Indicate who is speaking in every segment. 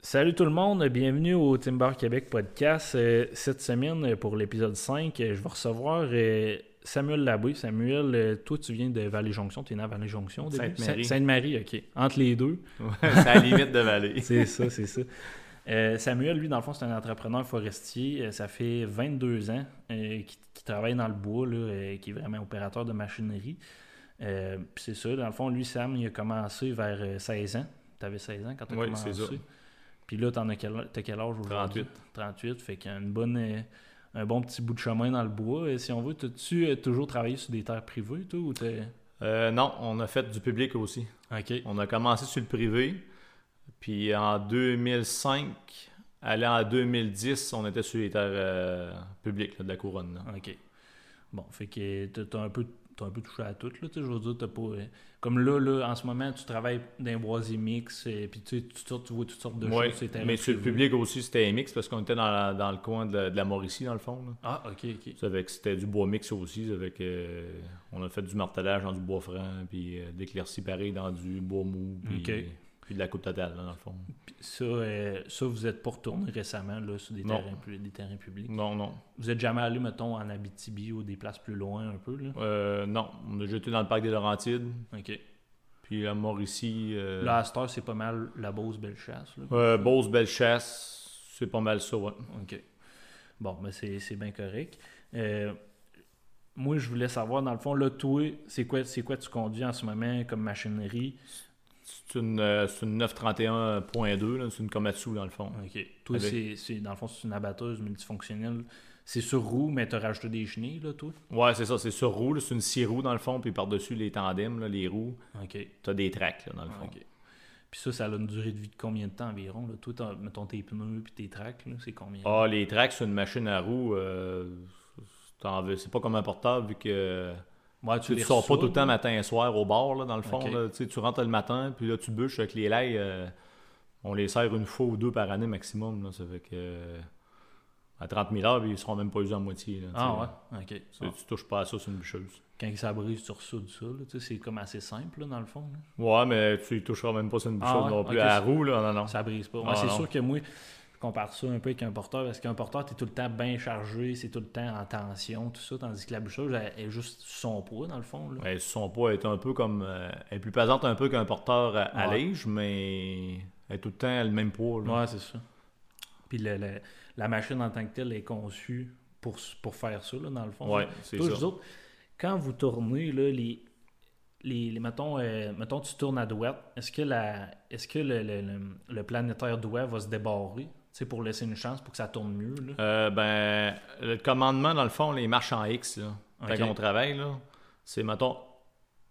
Speaker 1: Salut tout le monde, bienvenue au Timber Québec podcast. Euh, Cette semaine, pour l'épisode 5, euh, je vais recevoir euh, Samuel Labé. Samuel, euh, toi, tu viens de Vallée-Jonction, tu es né à Vallée-Jonction au début?
Speaker 2: Sainte-Marie.
Speaker 1: Sa- Sainte-Marie, OK. Entre les deux.
Speaker 2: Ouais, c'est à la limite de vallée.
Speaker 1: C'est ça, c'est ça. Euh, Samuel, lui, dans le fond, c'est un entrepreneur forestier. Euh, ça fait 22 ans euh, qui, travaille dans le bois, là, euh, qui est vraiment opérateur de machinerie. Euh, puis c'est ça, dans le fond, lui, Sam, il a commencé vers euh, 16 ans. Tu avais 16 ans quand tu as
Speaker 2: Oui,
Speaker 1: commencé.
Speaker 2: c'est ça.
Speaker 1: Puis là, t'en as quel, t'as quel âge aujourd'hui?
Speaker 2: 38.
Speaker 1: 38. Fait qu'il y a une bonne, euh, un bon petit bout de chemin dans le bois. Euh, si on veut, t'as-tu euh, toujours travaillé sur des terres privées, toi? Ou t'es...
Speaker 2: Euh, non, on a fait du public aussi.
Speaker 1: OK.
Speaker 2: On a commencé sur le privé, puis en 2005, allant en 2010, on était sur les terres euh, publiques là, de la couronne. là.
Speaker 1: Ah, OK. Bon, fait que t'as- t'as un peu t'as un peu touché à tout, là, tu sais, je veux dire, t'as pas... euh, Comme là, là, en ce moment, tu travailles dans un boisier mix, et puis tu sais, tu, sortes- tu vois toutes sortes de
Speaker 2: Ouais,
Speaker 1: choses. sur les terrains
Speaker 2: mais sur le
Speaker 1: privés.
Speaker 2: public aussi, c'était mix parce qu'on était dans, la- dans le coin de la, de la Mauricie, dans le fond. là.
Speaker 1: Ah, OK, OK.
Speaker 2: Ça fait que C'était du bois mix aussi. ça fait que, euh, on a fait du martelage dans du bois franc, puis euh, de l'éclaircie pareil dans du bois mou, puis,
Speaker 1: Ok.
Speaker 2: puis de la coupe totale, là, dans le fond.
Speaker 1: Puis ça, euh, ça, vous êtes pas retourné récemment, là, sur des
Speaker 2: Non.
Speaker 1: terrains, pu- des terrains publics.
Speaker 2: Non, non.
Speaker 1: Vous êtes jamais allé, mettons, en Abitibi ou des places plus loin, un peu, là?
Speaker 2: Euh, non, on a jeté dans le parc des Laurentides,
Speaker 1: OK.
Speaker 2: puis à Mauricie, euh,
Speaker 1: Là, à cette heure, c'est pas mal la Beauce belle chasse, là.
Speaker 2: euh, Beauce, Bellechasse, c'est pas mal ça, ouais.
Speaker 1: OK. Bon, mais c'est c'est bien correct. Euh, moi, je voulais savoir, dans le fond, là, toi, c'est quoi, c'est quoi tu conduis en ce moment comme machinerie?
Speaker 2: C'est une, euh, c'est une 931.2, là, c'est une Komatsu dans le fond.
Speaker 1: OK. Toi,
Speaker 2: Avec-
Speaker 1: c'est, c'est- dans le fond, c'est une abatteuse multifonctionnelle. C'est sur roue, mais t'as rajouté des chenilles, là, toi?
Speaker 2: Ouais, c'est ça, c'est sur roue, là, c'est une 6 roues dans le fond, puis par-dessus les tandems, là, les roues,
Speaker 1: OK.
Speaker 2: t'as des tracks là, dans le fond.
Speaker 1: OK. Puis ça, ça a une durée de vie de combien de temps environ? Là? Toi, t'as- mettons tes pneus puis tes tracks, là, c'est combien?
Speaker 2: Ah, les tracks sur une machine à roues, euh, t'en veux- c'est pas comme un portable vu que...
Speaker 1: Ouais,
Speaker 2: Tu,
Speaker 1: les
Speaker 2: ne sors pas
Speaker 1: reçois,
Speaker 2: tout le temps
Speaker 1: là?
Speaker 2: matin et soir au bar, là, dans le fond.
Speaker 1: Ok.
Speaker 2: là. Tu sais, tu rentres le matin, puis là, tu bûches avec les laits. euh, on les sert une fois ou deux par année maximum. là. ça fait que. euh, à 30 000 heures, puis ils seront même pas usés en moitié. là, tu
Speaker 1: Ah ouais? OK.
Speaker 2: sais. Tu, tu touches pas à ça sur une bûcheuse.
Speaker 1: Quand ça brise, tu ressoudes ça, là, tu sais, c'est comme assez simple, là, dans le fond. là.
Speaker 2: Ouais, mais tu y toucheras même pas sur une
Speaker 1: Ah
Speaker 2: bûcheuse
Speaker 1: ouais?
Speaker 2: non plus.
Speaker 1: Ok,
Speaker 2: à la
Speaker 1: c'est-
Speaker 2: roue, là, non, non.
Speaker 1: Ça brise pas. Moi,
Speaker 2: Ah,
Speaker 1: c'est
Speaker 2: non.
Speaker 1: sûr que moi, je compare ça un peu avec un porteur parce qu'un porteur, t'es tout le temps bien chargé, c'est tout le temps en tension, tout ça, tandis que la boucheuse, elle, elle est juste sous son poids, dans le fond. Là.
Speaker 2: Ouais, son poids est un peu comme. euh, elle est plus pesante un peu qu'un porteur à, à
Speaker 1: Ouais.
Speaker 2: lige, mais elle est tout le temps le même poids. là.
Speaker 1: Ouais, c'est ça. Puis le- le- la machine en tant que telle est conçue pour, s- pour faire ça, là, dans le fond.
Speaker 2: Ouais,
Speaker 1: là.
Speaker 2: c'est
Speaker 1: Toi,
Speaker 2: ça.
Speaker 1: vous autres, quand vous tournez, là, les, les, les- mettons, euh, mettons, tu tournes à droite, est-ce que, la, est-ce que le, le- le- le planétaire droit va se débarrer tu sais, pour laisser une chance pour que ça tourne mieux? Là?
Speaker 2: Euh, ben, le commandement, dans le fond, les marches en X, là,
Speaker 1: Ok.
Speaker 2: quand on travaille, là, c'est, mettons,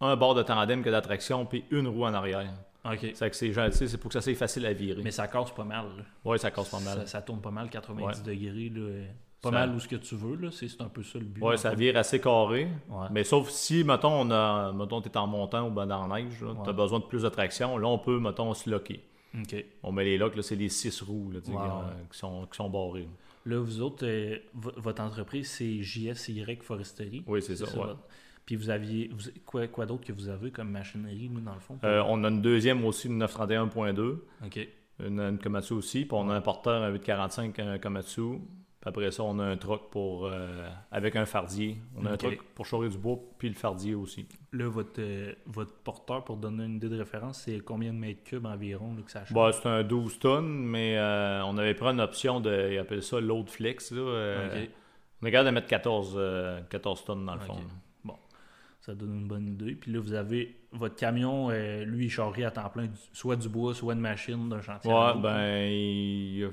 Speaker 2: un bord de tandem que d'attraction, puis une roue en arrière.
Speaker 1: OK.
Speaker 2: C'est, que c'est, gentil, c'est pour que ça soit facile à virer.
Speaker 1: Mais ça casse pas mal. là.
Speaker 2: Ouais, ça casse pas mal.
Speaker 1: Ça, ça tourne pas mal 90 degrés. là, euh, Pas
Speaker 2: Ça-
Speaker 1: mal où ce que tu veux. là, C'est c'est un peu ça le but.
Speaker 2: Ouais,
Speaker 1: dans
Speaker 2: ça
Speaker 1: le
Speaker 2: vire assez carré.
Speaker 1: fond. Ouais.
Speaker 2: Mais sauf si, mettons, on a, mettons, t'es en montant ou ben dans la neige, là,
Speaker 1: Ouais.
Speaker 2: t'as besoin de plus de traction, là, on peut, mettons, se locker.
Speaker 1: OK.
Speaker 2: On met les locks, là, c'est les six roues, là, tu sais,
Speaker 1: Ouais,
Speaker 2: qui, ont-
Speaker 1: ouais.
Speaker 2: qui sont, qui sont barrées.
Speaker 1: Là, vous autres, euh, vo- votre entreprise, c'est JSY Foresterie.
Speaker 2: Oui, c'est ça, ouais.
Speaker 1: votre- Puis vous aviez. vous- quoi quoi d'autre que vous avez comme machinerie, nous, dans le fond?
Speaker 2: Euh, on a une deuxième aussi, une 931.2.
Speaker 1: OK.
Speaker 2: une, une Komatsu aussi, puis on a un porteur, un 845, un Komatsu. Puis après ça, on a un truck pour, euh, avec un fardier. On a
Speaker 1: Ok.
Speaker 2: un truck pour chaurer du bois, puis le fardier aussi.
Speaker 1: Là, votre, euh, votre porteur, pour donner une idée de référence, c'est combien de mètres cubes environ là, que ça change?
Speaker 2: Bah, c'est un 12 tonnes, mais euh, on avait pris une option de, ils appellent ça load flex. Là, euh,
Speaker 1: OK.
Speaker 2: On est capable de mettre 14, euh, 14 tonnes dans le
Speaker 1: Ok.
Speaker 2: fond. là.
Speaker 1: Ça donne une bonne idée. Puis là, vous avez votre camion, euh, lui, il charrie à temps plein, du- soit du bois, soit une machine d'un chantier. à
Speaker 2: Ouais,
Speaker 1: l'autre.
Speaker 2: ben, il,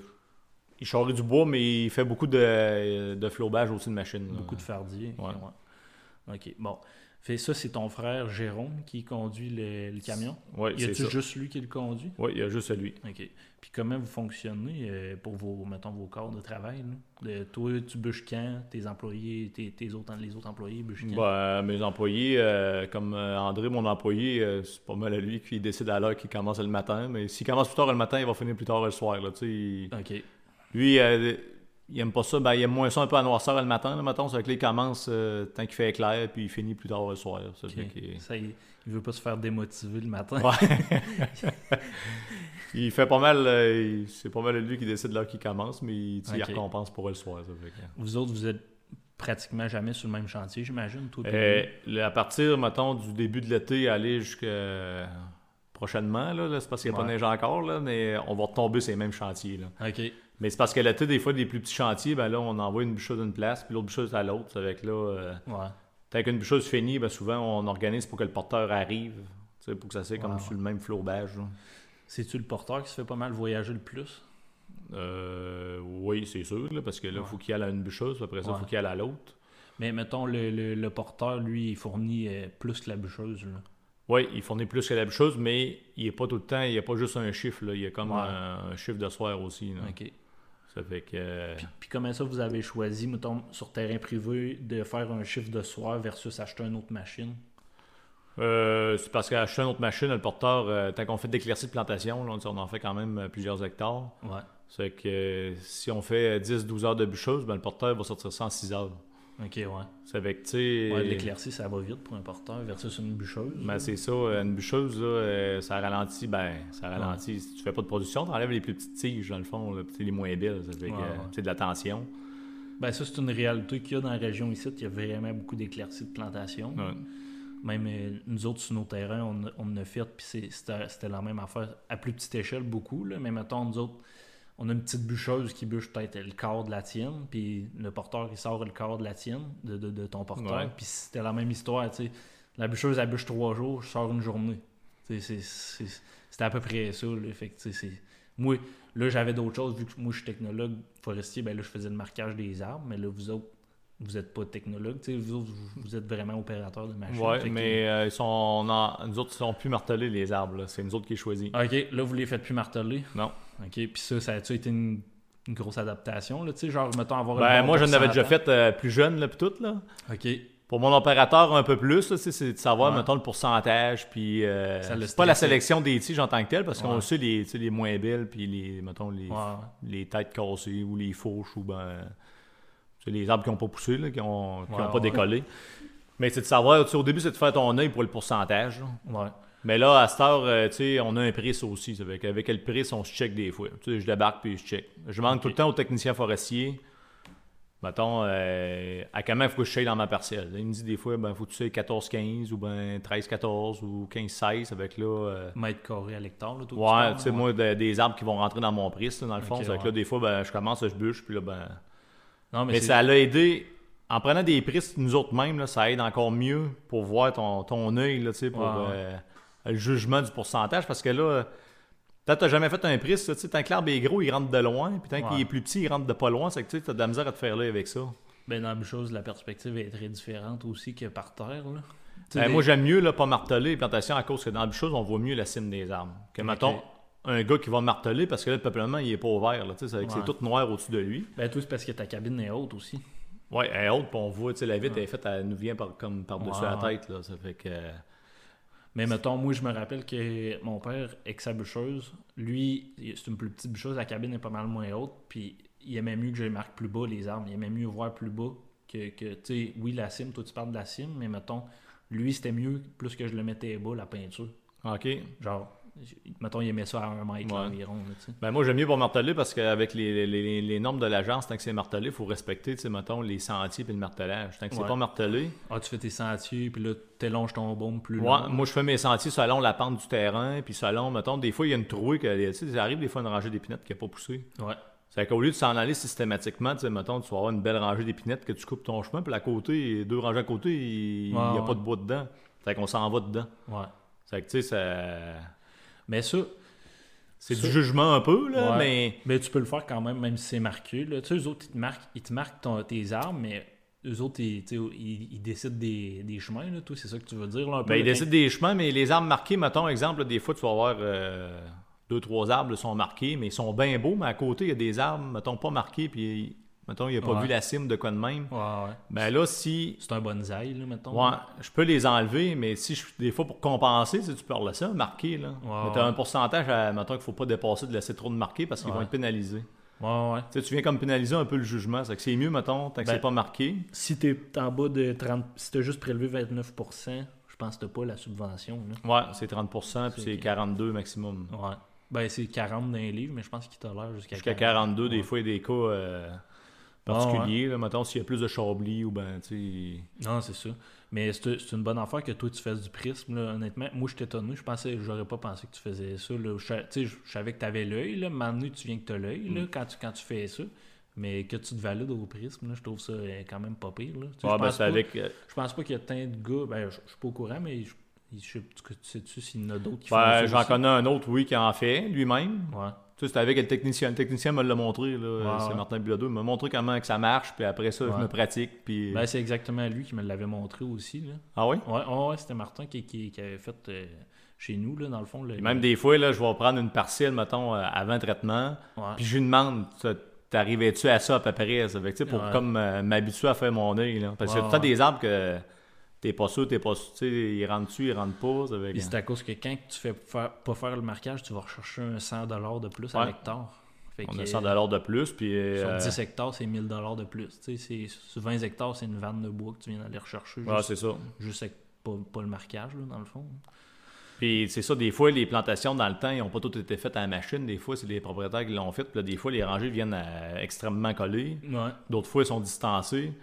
Speaker 2: il charrie du bois, mais il fait beaucoup de, de flobage aussi de machine. là.
Speaker 1: Beaucoup de fardiers.
Speaker 2: Ouais.
Speaker 1: Ouais. OK, bon. Fait ça, c'est ton frère Jérôme qui conduit le, le camion.
Speaker 2: Ouais,
Speaker 1: Y
Speaker 2: c'est ça.
Speaker 1: a-tu juste lui qui le conduit?
Speaker 2: Ouais, il y a juste lui.
Speaker 1: OK. Puis comment vous fonctionnez euh, pour vos, mettons, vos corps de travail? là? De, toi, tu bûches quand? Tes employés, tes, tes autres, les autres employés bûchent quand?
Speaker 2: Ben, mes employés, euh, comme euh, André, mon employé, euh, c'est pas mal à lui qui décide à l'heure qu'il commence le Bah. matin. Mais s'il commence plus tard le matin, il va finir plus tard le soir. Là, tu sais. Il-
Speaker 1: OK.
Speaker 2: Lui, euh, il aime pas ça. Ben, il aime moins ça un peu à noirceur le matin. Le matin, c'est que là, il commence euh, tant qu'il fait éclair, puis il finit plus tard le soir. Ça
Speaker 1: Ok.
Speaker 2: fait euh, qu'il-
Speaker 1: Ça, il, il veut pas se faire démotiver le matin.
Speaker 2: Ouais. il fait pas mal. euh, il- c'est pas mal lui qui décide l'heure qu'il commence, mais il, tu sais, il
Speaker 1: Ok.
Speaker 2: récompense pour le soir. ça fait que-
Speaker 1: Vous autres, vous êtes pratiquement jamais sur le même chantier, j'imagine, toi. puis
Speaker 2: Euh,
Speaker 1: lui.
Speaker 2: le- à partir, mettons, du début de l'été, aller jusqu'à prochainement, là, là, c'est parce qu'il n'y a pas de
Speaker 1: Ouais.
Speaker 2: neige encore, là, mais on va retomber sur les mêmes chantiers. là.
Speaker 1: Ok.
Speaker 2: Mais c'est parce que l'été, des fois, des plus petits chantiers, ben là, on envoie une bûcheuse d'une place, puis l'autre bûcheuse à l'autre. Ça fait que là, euh,
Speaker 1: Ouais.
Speaker 2: tant qu'une bûcheuse finit, ben souvent, on organise pour que le porteur arrive, tu sais, pour que ça soit comme
Speaker 1: Ouais,
Speaker 2: sur le même flobage. là.
Speaker 1: C'est-tu le porteur qui se fait pas mal voyager le plus?
Speaker 2: Euh, oui, c'est sûr, là, parce que là,
Speaker 1: Ouais.
Speaker 2: faut qu'il aille à une bûcheuse, puis après ça,
Speaker 1: Ouais.
Speaker 2: faut qu'il aille à l'autre.
Speaker 1: Mais mettons, le, le, le porteur, lui, il fournit euh, plus que la bûcheuse. Là.
Speaker 2: Oui, il fournit plus que la bûcheuse, mais il n'est pas tout le temps, il n'y a pas juste un chiffre, là, il y a comme
Speaker 1: Ouais.
Speaker 2: un, un chiffre de soir aussi. là.
Speaker 1: OK.
Speaker 2: Ça fait que. euh,
Speaker 1: Puis, puis comment ça, vous avez choisi, mettons, sur terrain privé, de faire un chiffre de soir versus acheter une autre machine?
Speaker 2: euh, c'est parce qu'acheter une autre machine, le porteur, euh, tant qu'on fait d'éclaircie de plantation, là, on- on en fait quand même euh, plusieurs hectares.
Speaker 1: Ouais.
Speaker 2: Ça fait que euh, si on fait 10-12 heures de bûcheuse, ben, le porteur va sortir ça en 6 heures.
Speaker 1: OK, ouais.
Speaker 2: Ça fait que, tu sais.
Speaker 1: Ouais, L'éclaircie, ça va vite pour un porteur versus une bûcheuse.
Speaker 2: Ben, c'est ça, euh, une bûcheuse, là, euh, ça ralentit, ben, ça ralentit. Si tu fais pas de production, t'enlèves les plus petites tiges, dans le fond, là, puis t'sais, les moins belles, ça fait que,
Speaker 1: Ouais,
Speaker 2: euh,
Speaker 1: ouais.
Speaker 2: t'sais, de la tension.
Speaker 1: Ben, ça, c'est une réalité qu'il y a dans la région ici. Il y a vraiment beaucoup d'éclaircies de plantation.
Speaker 2: Ouais.
Speaker 1: Même euh, nous autres, sur nos terrains, on, a- on en a fait, puis c'est- c'était c'était la même affaire à plus petite échelle, beaucoup. Là, mais mettons, nous autres, on a une petite bûcheuse qui bûche peut-être le quart de la tienne, puis le porteur, il sort le quart de la tienne, de, de- de ton porteur.
Speaker 2: Ouais.
Speaker 1: Puis c'était la même histoire, tu sais. La bûcheuse, elle bûche trois jours, je sors une journée. Tu sais, c'est- c'est- C'était à peu près ça, là. Fait que, tu sais, c'est- Moi, là, j'avais d'autres choses, vu que moi, je suis technologue forestier, ben là, je faisais le marquage des arbres, mais là, vous autres, vous n'êtes pas technologue, tu sais, vous autres, vous- vous êtes vraiment opérateur de machines.
Speaker 2: Ouais,
Speaker 1: Fait que-
Speaker 2: mais euh, ils sont, on en- nous autres, ils sont plus martelés, les arbres. là. C'est nous autres qui les choisis.
Speaker 1: OK, là, vous les faites plus marteler.
Speaker 2: Non.
Speaker 1: OK, puis ça, ça a-tu été une, une grosse adaptation, là, tu sais, genre, mettons, avoir
Speaker 2: Ben,
Speaker 1: bon
Speaker 2: moi, je l'avais déjà
Speaker 1: pourcentage.
Speaker 2: fait euh, plus jeune, là, puis tout, là.
Speaker 1: OK,
Speaker 2: Pour mon opérateur, un peu plus, là, tu sais, c'est de savoir,
Speaker 1: Ouais.
Speaker 2: mettons, le pourcentage, puis euh,
Speaker 1: Ça le
Speaker 2: c'est pas la
Speaker 1: stressait.
Speaker 2: sélection des tiges en tant que telle, parce qu'on
Speaker 1: Ouais.
Speaker 2: le sait, les, tu sais, les moins belles, puis les, mettons, les,
Speaker 1: ouais, ouais.
Speaker 2: les têtes cassées ou les fourches ou ben c'est les arbres qui n'ont pas poussé, là, qui n'ont
Speaker 1: Ouais,
Speaker 2: pas
Speaker 1: ouais.
Speaker 2: décollé. Mais c'est de savoir, tu sais, au début, c'est de faire ton œil pour le pourcentage. là.
Speaker 1: ouais.
Speaker 2: Mais là, à cette heure, euh, tu sais, on a un prix aussi. Ça fait qu'avec le prix, on se check des fois. Tu sais, je débarque puis je check. Je demande
Speaker 1: Ok.
Speaker 2: tout le temps aux techniciens forestiers. Mettons, euh, à comment il faut que je check dans ma partielle. Il me dit des fois, ben, faut que tu sais 14-15 ou ben 13-14 ou 15-16. Avec là, euh,
Speaker 1: Mètre carré à l'hectare, là, tout
Speaker 2: Ouais, tu sais, moi, de- des arbres qui vont rentrer dans mon prix, là, dans le fond.
Speaker 1: Ok,
Speaker 2: c'est que là,
Speaker 1: ouais.
Speaker 2: des fois, ben, je commence, je bûche, puis là, ben.
Speaker 1: Non, mais,
Speaker 2: Mais
Speaker 1: c'est-
Speaker 2: ça l'a aidé. En prenant des prix, nous autres mêmes, là, ça aide encore mieux pour voir ton, ton œil, là, tu sais, pour
Speaker 1: Ouais, ouais.
Speaker 2: euh, le jugement du pourcentage. Parce que là, peut t'as jamais fait un prix, tu sais, tant que l'arbre est gros, il rentre de loin, puis tant
Speaker 1: Ouais.
Speaker 2: qu'il est plus petit, il rentre de pas loin. C'est que tu sais, t'as de la misère à te faire là avec ça.
Speaker 1: ben, dans la chose, la perspective est très différente aussi que par terre, là. Tu sais,
Speaker 2: Ben,
Speaker 1: des-
Speaker 2: Moi, j'aime mieux là, pas marteler les plantations à cause que dans la chose, on voit mieux la cime des arbres. Que,
Speaker 1: Ok.
Speaker 2: mettons, un gars qui va marteler parce que là, le peuplement, il est pas ouvert, là, tu sais, c'est que c'est
Speaker 1: Ouais.
Speaker 2: tout noir au-dessus de lui.
Speaker 1: Ben, toi, c'est parce que ta cabine est haute aussi.
Speaker 2: Oui, elle est haute, puis on voit, tu sais, la vitre, elle est faite, elle nous vient par, comme par-dessus
Speaker 1: Ouais,
Speaker 2: la
Speaker 1: ouais.
Speaker 2: tête, là. Ça fait que.
Speaker 1: Mais mettons, moi, je me rappelle que mon père, avec sa bûcheuse, lui, il- c'est une plus petite bûcheuse, la cabine est pas mal moins haute, puis il aimait mieux que je les marque plus bas les arbres, il aimait mieux voir plus bas que, que tu sais, oui, la cime, toi, tu parles de la cime, mais mettons, lui, c'était mieux, plus que je le mettais bas, la peinture.
Speaker 2: OK.
Speaker 1: Genre, j- mettons, il aimait ça à un mètre là,
Speaker 2: Ouais.
Speaker 1: environ, là, tu sais.
Speaker 2: Ben moi, j'aime mieux pour marteler parce qu'avec les, les- les- les normes de l'agence, tant que c'est martelé, il faut respecter, tu sais, mettons, les sentiers puis le martelage. Tant que c'est
Speaker 1: Ouais.
Speaker 2: pas martelé,
Speaker 1: Ah, tu fais tes sentiers, puis là, t'élonges ton baume plus
Speaker 2: moi,
Speaker 1: long.
Speaker 2: moi, je fais mes sentiers selon la pente du terrain, puis selon, mettons, des fois, il y a une trouée, que, tu sais, ça arrive des fois une rangée d'épinettes qui n'a pas poussé.
Speaker 1: Ouais.
Speaker 2: C'est qu'au lieu de s'en aller systématiquement, tu sais, mettons, tu vas avoir une belle rangée d'épinettes que tu coupes ton chemin, puis à côté, deux rangées à côté, il n'y
Speaker 1: Ouais,
Speaker 2: a
Speaker 1: ouais.
Speaker 2: pas de bois dedans. C'est qu'on s'en va dedans.
Speaker 1: Ouais.
Speaker 2: C'est que, tu sais, ça...
Speaker 1: Mais ça,
Speaker 2: C'est
Speaker 1: Ça-
Speaker 2: du jugement un peu, là,
Speaker 1: Ouais.
Speaker 2: mais.
Speaker 1: Mais tu peux le faire quand même, même si c'est marqué. Là. Tu sais, eux autres, ils te marquent, ils te marquent ton- tes armes, mais eux autres, ils, tu sais, ils, ils décident des, des chemins, là, tout. C'est ça que tu veux dire, là, un peu.
Speaker 2: Ben, ils
Speaker 1: là,
Speaker 2: décident des chemins, mais les arbres marqués, mettons, exemple, là, des fois, tu vas avoir euh, deux, trois arbres là, sont marqués, mais ils sont bien beaux, mais à côté, il y a des arbres, mettons, pas marqués, puis, mettons, il n'a pas
Speaker 1: Ouais.
Speaker 2: vu la cime de quoi de même.
Speaker 1: quand- Ouais, ouais.
Speaker 2: Ben là, si.
Speaker 1: C'est un bonsaï, là, mettons.
Speaker 2: Ouais, je peux les enlever, mais si je, des fois pour compenser, tu sais, tu parles de ça, marqué, là.
Speaker 1: Ouais,
Speaker 2: mais tu as
Speaker 1: ouais.
Speaker 2: un pourcentage, à, mettons, qu'il ne faut pas dépasser de laisser trop de marqués parce qu'ils
Speaker 1: Ouais.
Speaker 2: vont être pénalisés.
Speaker 1: Ouais, ouais.
Speaker 2: Tu sais, tu viens comme pénaliser un peu le jugement. C'est que c'est mieux, mettons, tant que
Speaker 1: Ben,
Speaker 2: c'est pas marqué.
Speaker 1: Si t'es en bas de 30, si t'as juste prélevé 29%, je pense que t'as pas la subvention. là.
Speaker 2: Ouais, c'est 30 puis
Speaker 1: C'est
Speaker 2: c'est
Speaker 1: ok.
Speaker 2: 42 maximum.
Speaker 1: Ouais. Ben, c'est 40 dans les livres, mais je pense qu'il tolère jusqu'à Ah,
Speaker 2: Jusqu'à
Speaker 1: 40.
Speaker 2: 42, des fois, il y a des cas euh, particuliers. là. mettons, s'il y a plus de chablis ou ben, tu sais.
Speaker 1: Non, c'est ça. Mais c'est c'est une bonne affaire que toi, tu fasses du prisme, là, honnêtement. Moi, je t'étonne. Je pensais, j'aurais pas pensé que tu faisais ça. là. Je, sa- tu sais, je- je savais que t'avais l'œil. là. Maintenant, tu viens que t'as l'œil
Speaker 2: Mm.
Speaker 1: là, quand, tu, quand tu fais ça. Mais que tu te valides au prisme, là, je trouve ça euh, quand même pas pire. Là. Tu sais,
Speaker 2: Ah,
Speaker 1: je,
Speaker 2: ben,
Speaker 1: pense
Speaker 2: c'est
Speaker 1: pas,
Speaker 2: avec. euh,
Speaker 1: je pense pas qu'il y a tant de gars. Ben, je, je suis pas au courant, mais je, je sais, tu, tu sais-tu s'il y en a d'autres qui font
Speaker 2: ben,
Speaker 1: ça
Speaker 2: j'en
Speaker 1: aussi?
Speaker 2: connais un autre, oui, qui en fait lui-même.
Speaker 1: Ouais.
Speaker 2: Tu sais, c'était avec le technicien. Le technicien me l'a montré, là.
Speaker 1: Ouais,
Speaker 2: c'est
Speaker 1: ouais.
Speaker 2: Martin Bilodeau. Il m'a montré comment que ça marche, puis après ça,
Speaker 1: Ouais.
Speaker 2: je me pratique. Puis...
Speaker 1: Ben, c'est exactement lui qui me l'avait montré aussi. Là.
Speaker 2: ah oui?
Speaker 1: Ouais, ouais, ouais, c'était Martin qui, qui, qui avait fait euh, chez nous, là, dans le fond. le-
Speaker 2: Et même des fois, là, je vais prendre une partielle, mettons, euh, avant traitement,
Speaker 1: Ouais.
Speaker 2: puis je lui demande, ça, t'arrivais-tu à ça à peu près? Ça fait que, tu sais, pour
Speaker 1: Ouais.
Speaker 2: comme euh, m'habituer à faire mon œil. là. Parce que
Speaker 1: Ouais,
Speaker 2: c'est tout le temps
Speaker 1: ouais.
Speaker 2: des arbres que t'es pas sûr, t'es pas sûr, tu sais, ils rentrent-tu, ils rentrent pas. Ça fait que-
Speaker 1: Puis c'est à cause que quand tu fais faire- pas faire le marquage, tu vas rechercher un 100 de plus à
Speaker 2: Ouais.
Speaker 1: l'hectare. Fait
Speaker 2: on
Speaker 1: que,
Speaker 2: a 100 de plus, puis...
Speaker 1: euh,
Speaker 2: euh,
Speaker 1: Sur 10 hectares, c'est 1000 de plus. Tu sais, c'est- sur 20 hectares, c'est une vanne de bois que tu viens d'aller rechercher.
Speaker 2: ouais,
Speaker 1: juste,
Speaker 2: Ah, c'est ça.
Speaker 1: juste avec pas, pas le marquage, là, dans le fond.
Speaker 2: Puis c'est ça, des fois, les plantations dans le temps, ils n'ont pas toutes été faites à la machine. Des fois, c'est les propriétaires qui l'ont fait. Puis là, des fois, les rangées viennent euh, extrêmement collées.
Speaker 1: Ouais.
Speaker 2: D'autres fois, ils sont distancés.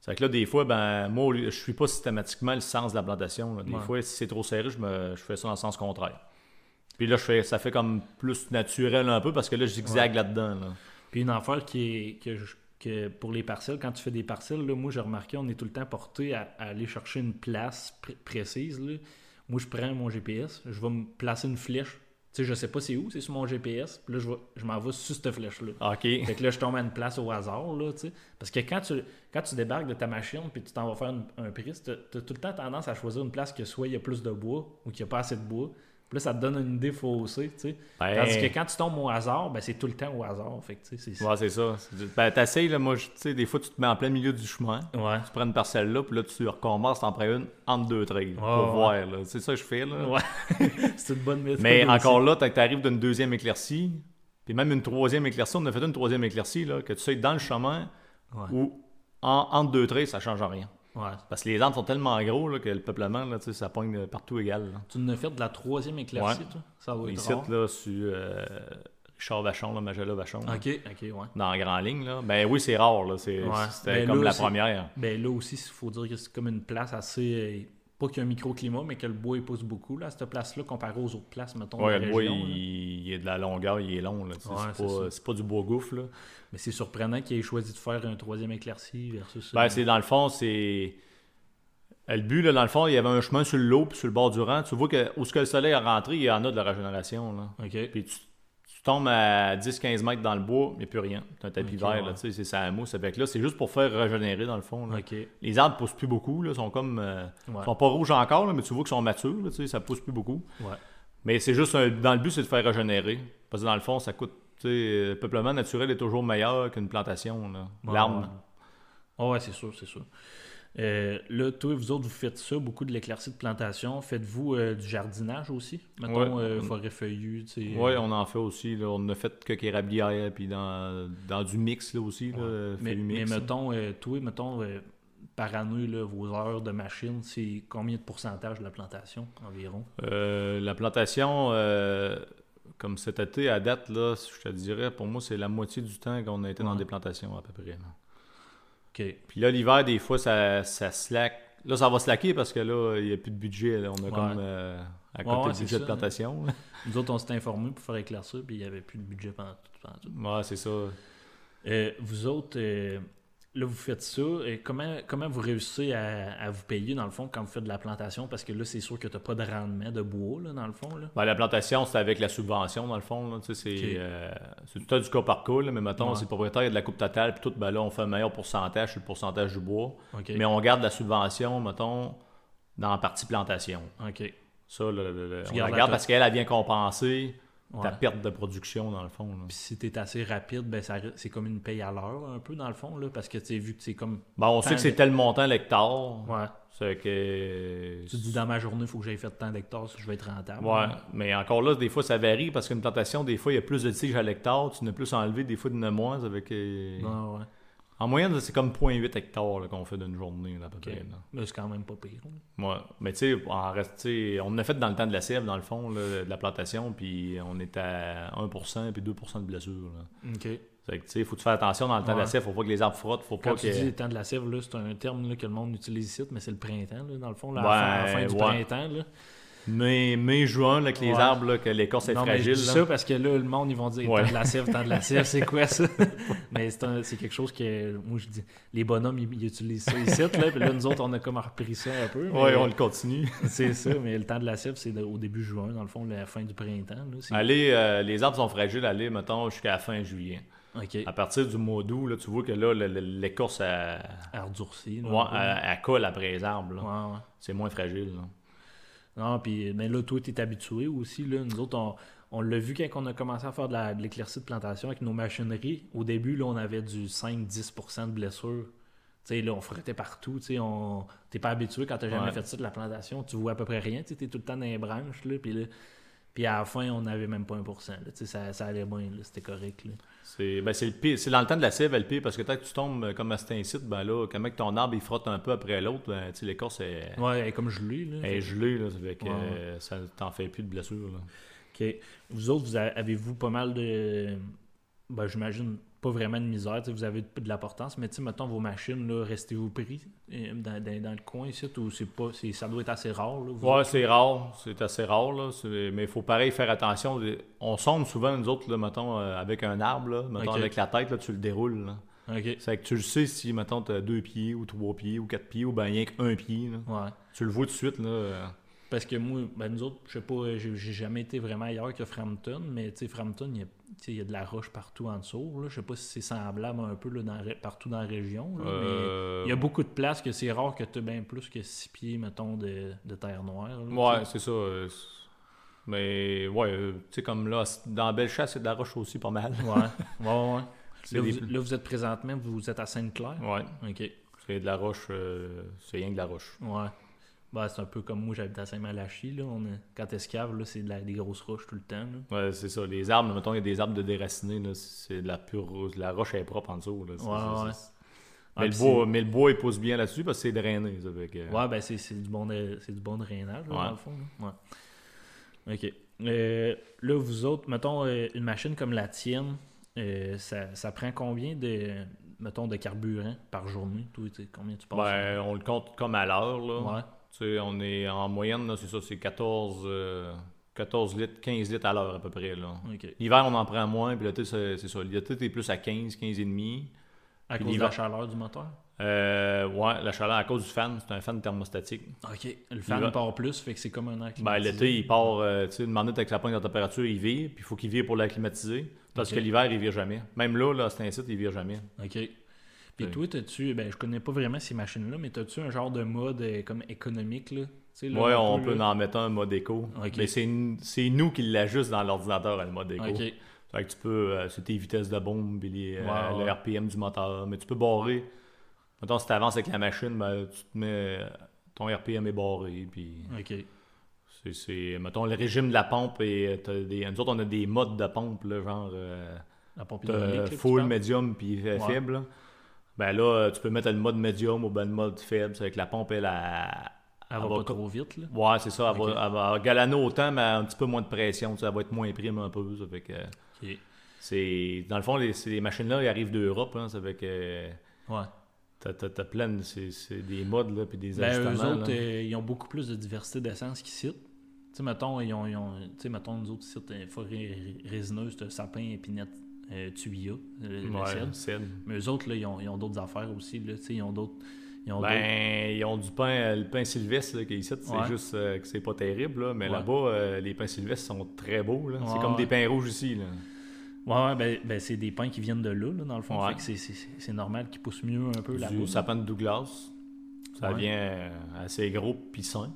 Speaker 2: C'est que là, des fois, ben, moi, au lieu- je suis pas systématiquement le sens de la plantation. là. Des
Speaker 1: Ouais.
Speaker 2: fois, si c'est trop serré, je, me, je fais ça dans le sens contraire. Puis là, je fais, ça fait comme plus naturel un peu parce que là, je zigzague là-dedans. là.
Speaker 1: Puis une affaire qui est, que, je- que pour les parcelles, quand tu fais des parcelles, là, moi j'ai remarqué, on est tout le temps porté à, à aller chercher une place pr- précise. là. Moi je prends mon GPS, je vais me placer une flèche. Tu sais, je sais pas c'est où, c'est sur mon GPS. Puis là, je, vais- je m'en vais sur cette flèche-là.
Speaker 2: Ah, OK.
Speaker 1: Fait que là, je tombe à une place au hasard, là, tu sais. Parce que quand tu, quand tu débarques de ta machine puis tu t'en vas faire une- un prise, t'as t'as tout le temps tendance à choisir une place que soit il y a plus de bois ou qu'il n'y a pas assez de bois. Puis là, ça te donne une idée faussée, tu sais.
Speaker 2: Ben.
Speaker 1: Tandis que quand tu tombes au hasard, ben, c'est tout le temps au hasard. Fait que, tu sais, c'est...
Speaker 2: Ouais, c'est ça. C'est- Ben, t'essayes, là, moi, je- tu sais, des fois, tu te mets en plein milieu du chemin.
Speaker 1: Ouais.
Speaker 2: Tu prends une parcelle là, puis là, tu recommences, t'en prends une entre deux trails pour
Speaker 1: ouais.
Speaker 2: voir. là. C'est ça que je fais. Là.
Speaker 1: Ouais. c'est une bonne méthode.
Speaker 2: Mais
Speaker 1: aussi.
Speaker 2: encore là, tu arrives d'une deuxième éclaircie, puis même une troisième éclaircie. On a fait une troisième éclaircie, là, que tu sais, dans le chemin
Speaker 1: Ouais.
Speaker 2: ou en, entre deux traits, ça change rien.
Speaker 1: Ouais.
Speaker 2: Parce que les arbres sont tellement gros là, que le peuplement, là, tu sais, ça pogne de partout égal. là.
Speaker 1: Tu en as fait de la troisième éclaircie,
Speaker 2: Ouais.
Speaker 1: toi? Ça doit être
Speaker 2: Ici,
Speaker 1: rare.
Speaker 2: là, sur euh, Richard Vachon, là, Magella Vachon, là,
Speaker 1: OK, OK, ouais.
Speaker 2: dans la grande ligne, là, ben oui, c'est rare. là, c'est-
Speaker 1: Ouais.
Speaker 2: C'était
Speaker 1: Ben
Speaker 2: comme
Speaker 1: là,
Speaker 2: la
Speaker 1: c'est-
Speaker 2: première.
Speaker 1: Ben là aussi, il faut dire que c'est comme une place assez. euh, Pas qu'il y a un microclimat, mais que le bois il pousse beaucoup. Là, à cette place-là, comparé aux autres places, mettons.
Speaker 2: Ouais,
Speaker 1: de la
Speaker 2: le bois,
Speaker 1: région, là.
Speaker 2: il, il est de la longueur, il est long. là, tu sais,
Speaker 1: Ouais,
Speaker 2: c'est
Speaker 1: c'est
Speaker 2: pas, c'est pas du beau gouffre. là.
Speaker 1: Mais c'est surprenant qu'il ait choisi de faire un troisième éclaircie versus.
Speaker 2: Ben, c'est dans le fond, c'est. Le but, là, dans le fond, il y avait un chemin sur l'eau puis sur le bord du rang. Tu vois que où ce que le soleil est rentré, il y en a de la régénération. Là.
Speaker 1: euh, OK.
Speaker 2: Puis tu, tu tombes à 10-15 mètres dans le bois, il n'y a plus rien. Tu un tapis
Speaker 1: Ok,
Speaker 2: vert,
Speaker 1: ouais.
Speaker 2: là, tu sais, c'est ça à mousse. Fait que là, c'est juste pour faire régénérer, dans le fond. là.
Speaker 1: OK. Ouais.
Speaker 2: Les arbres poussent plus beaucoup, là, sont comme. euh, sont pas rouges encore, là, mais tu vois qu'ils sont matures, là, tu sais, ça pousse plus beaucoup.
Speaker 1: Ouais.
Speaker 2: Mais c'est juste, un- dans le but, c'est de faire régénérer. Parce que dans le fond, ça coûte. tu sais, euh, Le peuplement naturel est toujours meilleur qu'une plantation. là.
Speaker 1: Ouais,
Speaker 2: L'arbre.
Speaker 1: ouais. Ah ouais, c'est sûr, c'est sûr. Euh, là, toi, vous autres, vous faites ça, beaucoup de l'éclaircie de plantation. Faites-vous euh, du jardinage aussi? Mettons,
Speaker 2: Ouais.
Speaker 1: euh, forêt feuillue, tu sais. euh,
Speaker 2: Oui, on en fait aussi. Là. On en a fait que qu'érablière, puis dans, dans du mix là, aussi. Là, fait
Speaker 1: Mais,
Speaker 2: du
Speaker 1: mais
Speaker 2: mix.
Speaker 1: mettons, euh, toi, mettons, euh, par année, là, vos heures de machine, c'est combien de pourcentage de la plantation environ?
Speaker 2: Euh, la plantation, euh, comme cet été, à date, là, je te dirais, pour moi, c'est la moitié du temps qu'on a été dans
Speaker 1: Ouais.
Speaker 2: des plantations à peu près. là.
Speaker 1: OK.
Speaker 2: Puis là, l'hiver, des fois, ça, ça slack. Là, ça va slacker parce que là, il n'y a plus de budget. là. On a
Speaker 1: Ouais.
Speaker 2: comme euh, à côté
Speaker 1: Ouais, ouais,
Speaker 2: du
Speaker 1: c'est
Speaker 2: budget
Speaker 1: ça.
Speaker 2: de plantation. là.
Speaker 1: Nous autres, on s'est informés pour faire éclaircir, puis il n'y avait plus de budget pendant tout. pendant tout.
Speaker 2: Ouais, c'est ça.
Speaker 1: Euh, vous autres, euh, là, vous faites ça. Et comment, comment vous réussissez à, à vous payer, dans le fond, quand vous faites de la plantation? Parce que là, c'est sûr que tu n'as pas de rendement de bois, là, dans le fond. Là.
Speaker 2: Ben, la plantation, c'est avec la subvention, dans le fond. là. Tu sais, C'est
Speaker 1: Ok.
Speaker 2: euh, c'est tout le temps du cas par cas, là, mais mettons,
Speaker 1: Ouais.
Speaker 2: si le propriétaire il y a de la coupe totale, puis tout, ben là, on fait un meilleur pourcentage sur le pourcentage du bois.
Speaker 1: OK.
Speaker 2: Mais on garde la subvention, mettons, dans la partie plantation.
Speaker 1: OK.
Speaker 2: Ça, le- le- le-
Speaker 1: Tu gardes
Speaker 2: on la
Speaker 1: la
Speaker 2: garde
Speaker 1: to-
Speaker 2: parce qu'elle, elle vient compenser ta
Speaker 1: Ouais.
Speaker 2: perte de production, dans le fond. là.
Speaker 1: Puis si tu es assez rapide, ben, ça ri- c'est comme une paye à l'heure, un peu, dans le fond, là, parce que tu sais, vu que c'est comme.
Speaker 2: Ben, on sait
Speaker 1: Tant
Speaker 2: que c'est tel montant l'hectare.
Speaker 1: Ouais.
Speaker 2: C'est que.
Speaker 1: Tu te dis dans ma journée, il faut que j'aille faire tant d'hectares si je veux être rentable.
Speaker 2: Ouais, mais encore là, des fois, ça varie parce qu'une plantation, des fois, il y a plus de tiges à l'hectare, tu n'as plus enlevé, des fois, de moins. Avec, euh,
Speaker 1: Non, ouais.
Speaker 2: En moyenne, c'est comme 0.8 hectares là, qu'on fait d'une journée, là, à peu
Speaker 1: Ok.
Speaker 2: près. là.
Speaker 1: Mais c'est quand même pas pire. hein.
Speaker 2: Ouais. Mais tu sais, en reste- tu sais, on en a fait dans le temps de la sève, dans le fond, là, de la plantation, puis on est à 1% puis 2% de blessure. Là.
Speaker 1: OK.
Speaker 2: Fait que, tu sais, faut que tu fasses attention dans le temps de la
Speaker 1: Ouais.
Speaker 2: sève, faut pas que les arbres frottent, faut pas
Speaker 1: Quand
Speaker 2: que.
Speaker 1: tu dis le temps de la sève, là, c'est un terme là, que le monde utilise ici, mais c'est le printemps, là, dans le fond, là, à la fin, à la fin
Speaker 2: Ouais,
Speaker 1: du
Speaker 2: ouais.
Speaker 1: printemps. Là.
Speaker 2: Mai, mai, juin, là, que les
Speaker 1: Ouais.
Speaker 2: arbres, là, que l'écorce est
Speaker 1: non,
Speaker 2: fragile.
Speaker 1: mais je dis
Speaker 2: là.
Speaker 1: ça parce que là, le monde, ils vont dire
Speaker 2: Ouais.
Speaker 1: temps de la sève, temps de la sève, c'est quoi ça? mais c'est, un- c'est quelque chose que, moi, je dis, les bonhommes, ils, ils utilisent ça ici, là, puis là, nous autres, on a comme repris ça un peu. mais-
Speaker 2: Ouais, on le continue.
Speaker 1: C'est ça, mais le temps de la sève, c'est de- au début juin, dans le fond, la fin du printemps. Là, c'est-
Speaker 2: Allez, euh, les arbres sont fragiles, allez, mettons, jusqu'à la fin juillet.
Speaker 1: OK.
Speaker 2: À partir du mois d'août, là, tu vois que là, le- le- l'écorce, elle,
Speaker 1: Ardurci. là,
Speaker 2: ouais,
Speaker 1: un peu.
Speaker 2: elle- elle colle après les arbres. là.
Speaker 1: Ouais, ouais.
Speaker 2: C'est moins fragile. là.
Speaker 1: Non, puis mais là, toi, t'es habitué aussi. Là. Nous autres, on, on l'a vu quand on a commencé à faire de, la- de l'éclaircie de plantation avec nos machineries. Au début, là, on avait du 5-10% de blessures. Tu sais, là, on frottait partout. Tu sais, on... t'es pas habitué quand t'as jamais
Speaker 2: Ouais.
Speaker 1: fait ça de la plantation. Tu vois à peu près rien. Tu sais, t'es tout le temps dans les branches. Là, puis là... puis à la fin, on n'avait même pas 1%. Là, Tu sais, ça, ça allait bien. là, C'était correct. Là.
Speaker 2: C'est ben, c'est le pire. C'est dans le temps de la sève, le pire, parce que tant que tu tombes euh, comme à cet incite, ben là, quand même que ton arbre il frotte un peu après l'autre, ben, tu sais, l'écorce est,
Speaker 1: Ouais, elle est comme gelée. Là, Fait-
Speaker 2: est gelée, là, ça fait que
Speaker 1: Ouais, ouais.
Speaker 2: euh, ça t'en fait plus de blessures. là.
Speaker 1: OK. Vous autres, vous a- avez-vous pas mal de. Ben, j'imagine pas vraiment de misère. tu sais, Vous avez de de l'importance, mais tu sais, mettons vos machines, là, restez-vous pris euh, dans, dans- dans le coin ici, ou c'est pas. c'est- ça doit être assez rare, là. vous
Speaker 2: Ouais, c'est rare, c'est assez rare, là. c'est- mais il faut pareil faire attention. On sonde souvent, nous autres, là, mettons, euh, avec un arbre, là, mettons,
Speaker 1: Ok.
Speaker 2: avec la tête, là, tu le déroules. là.
Speaker 1: autres? OK.
Speaker 2: C'est que tu le sais si, mettons, tu as deux pieds ou trois pieds ou quatre pieds ou ben rien qu'un pied. là.
Speaker 1: Ouais.
Speaker 2: Tu le vois tout de suite. Là.
Speaker 1: Parce que moi, ben, nous autres, je sais pas, euh, j'ai j'ai jamais été vraiment ailleurs que Frampton, mais tu sais, Frampton, il y a- tu sais, il y, a de la roche partout en dessous. là. Je sais pas si c'est semblable un peu là, dans la ré- partout dans la région, là, mais
Speaker 2: Euh,
Speaker 1: il y a beaucoup de places que c'est rare que tu aies bien plus que six pieds, mettons, de, de terre noire. là, tu sais.
Speaker 2: Ouais, c'est ça. euh, c'est- Mais ouais, euh, tu sais, comme là, c- dans Bellechasse, c'est de la roche aussi pas mal.
Speaker 1: Ouais, ouais, ouais.
Speaker 2: C'est
Speaker 1: Là,
Speaker 2: des-
Speaker 1: vous, là, vous êtes présentement, vous êtes à Sainte-Claire.
Speaker 2: Ouais,
Speaker 1: OK.
Speaker 2: c'est de la roche, euh, c'est rien que de la roche.
Speaker 1: Ouais. Bah, c'est un peu comme moi, j'habite à Saint-Malachie. Là. On est- Quand t'escaves, là, c'est de la- des grosses roches tout le temps. là.
Speaker 2: Ouais, c'est ça. Les arbres, mettons, il y a des arbres de déracinés, là, c'est de la pure rose. La roche elle est propre en dessous. Là. C'est-
Speaker 1: Ouais,
Speaker 2: c'est-
Speaker 1: ouais.
Speaker 2: c'est-
Speaker 1: Ah,
Speaker 2: Mais,
Speaker 1: puis
Speaker 2: le bois, mais le bois, il pousse bien là-dessus parce que c'est drainé. Ça, fait que-
Speaker 1: Ouais, ben c'est, c'est du bon dra- c'est du bon drainage, là,
Speaker 2: Ouais.
Speaker 1: dans le fond. là. Ouais. OK. Euh, là, vous autres, mettons, euh, une machine comme la tienne, euh, ça, ça prend combien de, mettons, de carburant par journée? Toi, tu sais, combien tu passes?
Speaker 2: Ben, on le compte comme à l'heure. Là.
Speaker 1: ouais.
Speaker 2: Tu sais, on est en moyenne, là, c'est ça, c'est 14, euh, 14 litres, 15 litres à l'heure à peu près. Là.
Speaker 1: OK.
Speaker 2: L'hiver, on en prend moins, puis l'été, c'est c'est ça. L'été, t'es plus à 15, 15 et demi.
Speaker 1: À
Speaker 2: Puis
Speaker 1: cause de
Speaker 2: l'hiver-
Speaker 1: la chaleur du moteur?
Speaker 2: Euh, ouais, la chaleur à cause du fan, c'est un fan thermostatique.
Speaker 1: OK. Le fan
Speaker 2: L'hiver-
Speaker 1: part plus, fait que c'est comme un air
Speaker 2: Ben,
Speaker 1: climatisé.
Speaker 2: l'été, il part, euh, tu sais, une minute avec sa pointe de température, il vire, puis il faut qu'il vire pour la climatiser. Parce
Speaker 1: Ok.
Speaker 2: que l'hiver, il vire jamais. Même là, là, c'est un site, il vire jamais.
Speaker 1: OK. Puis
Speaker 2: Oui.
Speaker 1: toi, t'as-tu, ben je connais pas vraiment ces machines-là, mais t'as-tu un genre de mode euh, comme économique, là? Tu sais, là,
Speaker 2: ouais,
Speaker 1: un
Speaker 2: on
Speaker 1: peu,
Speaker 2: peut
Speaker 1: là.
Speaker 2: en mettre un mode éco.
Speaker 1: Ok.
Speaker 2: Mais c'est n- c'est nous qui l'ajustons dans l'ordinateur, le mode éco.
Speaker 1: OK.
Speaker 2: Fait que tu peux, euh, c'est tes vitesses de bombe, puis les, euh,
Speaker 1: Ouais, ouais.
Speaker 2: le RPM du moteur. Mais tu peux barrer. Mettons, si tu avances avec la machine, ben, tu te mets. Ton RPM est barré, puis.
Speaker 1: OK.
Speaker 2: C'est- C'est, mettons, le régime de la pompe. Et t'as des, nous autres, on a des modes de pompe, là, genre euh,
Speaker 1: La pompe
Speaker 2: t'as
Speaker 1: hydraulique, là, tu
Speaker 2: full,
Speaker 1: parles?
Speaker 2: médium, puis euh,
Speaker 1: Ouais.
Speaker 2: faible. là. Ben là, euh, tu peux mettre le mode médium ou ben le mode faible. C'est que la pompe, elle, elle,
Speaker 1: Elle va
Speaker 2: elle va
Speaker 1: pas
Speaker 2: co-
Speaker 1: trop vite, là.
Speaker 2: Ouais, c'est ça. Elle,
Speaker 1: Ok.
Speaker 2: va, elle va galano autant, mais un petit peu moins de pression. tu sais, Elle va être moins prime un peu. Ça fait que, euh,
Speaker 1: OK.
Speaker 2: c'est, dans le fond, les, ces machines-là, elles arrivent d'Europe. Hein, ça fait que euh,
Speaker 1: Ouais.
Speaker 2: t'as, t'as, t'as plein de c'est, c'est des modes, là, puis des
Speaker 1: Ben, eux
Speaker 2: ajustements.
Speaker 1: autres,
Speaker 2: là.
Speaker 1: euh, ils ont beaucoup plus de diversité d'essences qu'ici. Tu sais, mettons, ils ont, ils ont- tu sais, mettons, nous autres, ici, t'as forêt résineuse, t'as sapin, épinette, euh, tuya, le- le
Speaker 2: Ouais,
Speaker 1: cèdre.
Speaker 2: cèdre.
Speaker 1: Mais eux autres, là, ils ont, ils ont d'autres affaires aussi, là. Tu sais, ils ont d'autres... Ils ont d'autres-
Speaker 2: Ben, ils ont du pain, le pain sylvestre là, qui est ici, c'est
Speaker 1: Ouais.
Speaker 2: juste euh, que c'est pas terrible, là, mais
Speaker 1: Ouais.
Speaker 2: là-bas, euh, les pains sylvestres sont très beaux. là.
Speaker 1: Ouais,
Speaker 2: c'est comme
Speaker 1: ouais.
Speaker 2: des pains rouges ici. Là.
Speaker 1: Ouais, ouais, ben, ben, c'est des pins qui viennent de là, là, dans le fond.
Speaker 2: Ouais.
Speaker 1: Fait que c'est- c'est- c'est c'est normal qu'ils poussent mieux un peu
Speaker 2: du
Speaker 1: là-bas.
Speaker 2: sapin de Douglas, ça
Speaker 1: Ouais.
Speaker 2: vient euh, assez gros puis sain.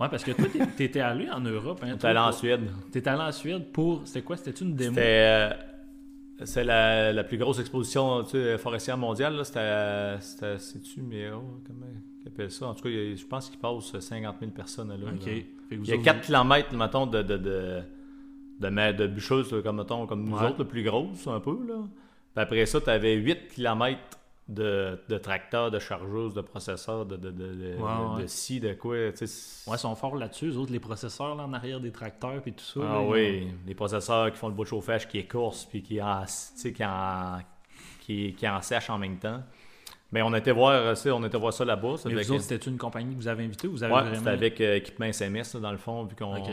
Speaker 1: Ouais, parce que toi, t'es- t'étais allé en Europe. Hein,
Speaker 2: On est
Speaker 1: toi,
Speaker 2: allé en
Speaker 1: pour-
Speaker 2: Suède.
Speaker 1: T'es allé en Suède pour. C'était quoi C'était une démo
Speaker 2: C'était euh, C'est la, la plus grosse exposition tu sais, forestière mondiale. là. C'était à- c'était à- C'est-tu Méo Comment ils appellent ça En tout cas, il y a- je pense qu'il passe 50 000 personnes là.
Speaker 1: OK.
Speaker 2: là.
Speaker 1: Fait que vous
Speaker 2: Il y a
Speaker 1: autres,
Speaker 2: 4 km, mettons, de, de, de, de, ma- de bûcheuse, là, comme, mettons, comme nous
Speaker 1: Ouais.
Speaker 2: autres, le plus grosse, un peu. Là. Puis après ça, tu avais 8 km de, de tracteurs, de chargeuses, de processeurs, de, de, de, de,
Speaker 1: Ouais,
Speaker 2: de-
Speaker 1: ouais.
Speaker 2: de scie, de quoi. tu sais, c'est-
Speaker 1: Ouais, ils sont forts là-dessus, eux autres, les processeurs là, en arrière des tracteurs puis tout ça.
Speaker 2: Ah
Speaker 1: là,
Speaker 2: oui, les processeurs qui font le bois de chauffage qui écorce puis qui en, tu sais, qui en, qui, qui en sèche en même temps. Mais on était voir, tu sais, on était voir ça là-bas. ça
Speaker 1: Mais
Speaker 2: fait
Speaker 1: vous
Speaker 2: que-
Speaker 1: autres, c'était une compagnie que vous avez invitée ou vous avez
Speaker 2: Ouais,
Speaker 1: vraiment...
Speaker 2: c'était avec euh, équipement SMS là, dans le fond, vu qu'on
Speaker 1: Ok.